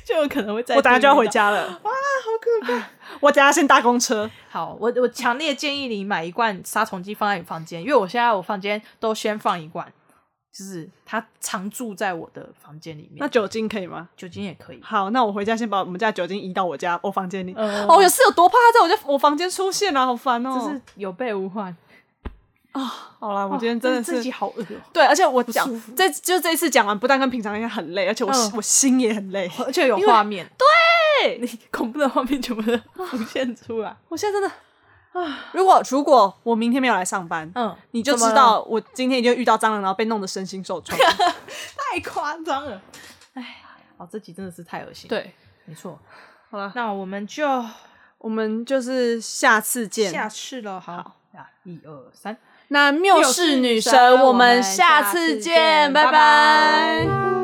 S1: 就有可能会在
S2: 我等下就要回家 了，
S1: 啊，好可怕！
S2: 我等下先搭公车。
S1: 好，我我强烈建议你买一罐杀虫剂放在你房间，因为我现在我房间都先放一罐，就是它常住在我的房间里面。
S2: 那酒精可以吗？
S1: 酒精也可以，
S2: 好，那我回家先把我们家酒精移到我家我房间里。
S1: 嗯
S2: 哦，有是有多怕它在我家我房间出现啊，好烦哦。
S1: 就是有备无患。
S2: 好啦，我今天真的
S1: 哦
S2: 是、
S1: 这集好恶哦、
S2: 对，而且我讲
S1: 舒服
S2: 这就这一次讲完，不但跟平常一样很累，而且我、
S1: 嗯
S2: 我心也很累。
S1: 而且有
S2: 因为
S1: 画面，
S2: 对
S1: 你恐怖的画面全部 都浮现出来。
S2: 我现在真的啊，如果如果我明天没有来上班，
S1: 嗯，
S2: 你就知
S1: 怎么了
S2: 道我今天已经遇到蟑螂，然后被弄得身心受 创。
S1: 太夸张了。哎，哦，这集真的是太恶心。，
S2: 对，
S1: 没错。
S2: 好了，
S1: 那我们就
S2: 我们就是下次见。
S1: 下次了，好，啊一二三。
S2: 那缪
S1: 缪
S2: 氏
S1: 氏
S2: 女
S1: 女
S2: 神，
S1: 神
S2: 我
S1: 我
S2: 们
S1: 们
S2: 下
S1: 下
S2: 次
S1: 次
S2: 见，
S1: 见
S2: 拜
S1: 拜
S2: 拜
S1: 拜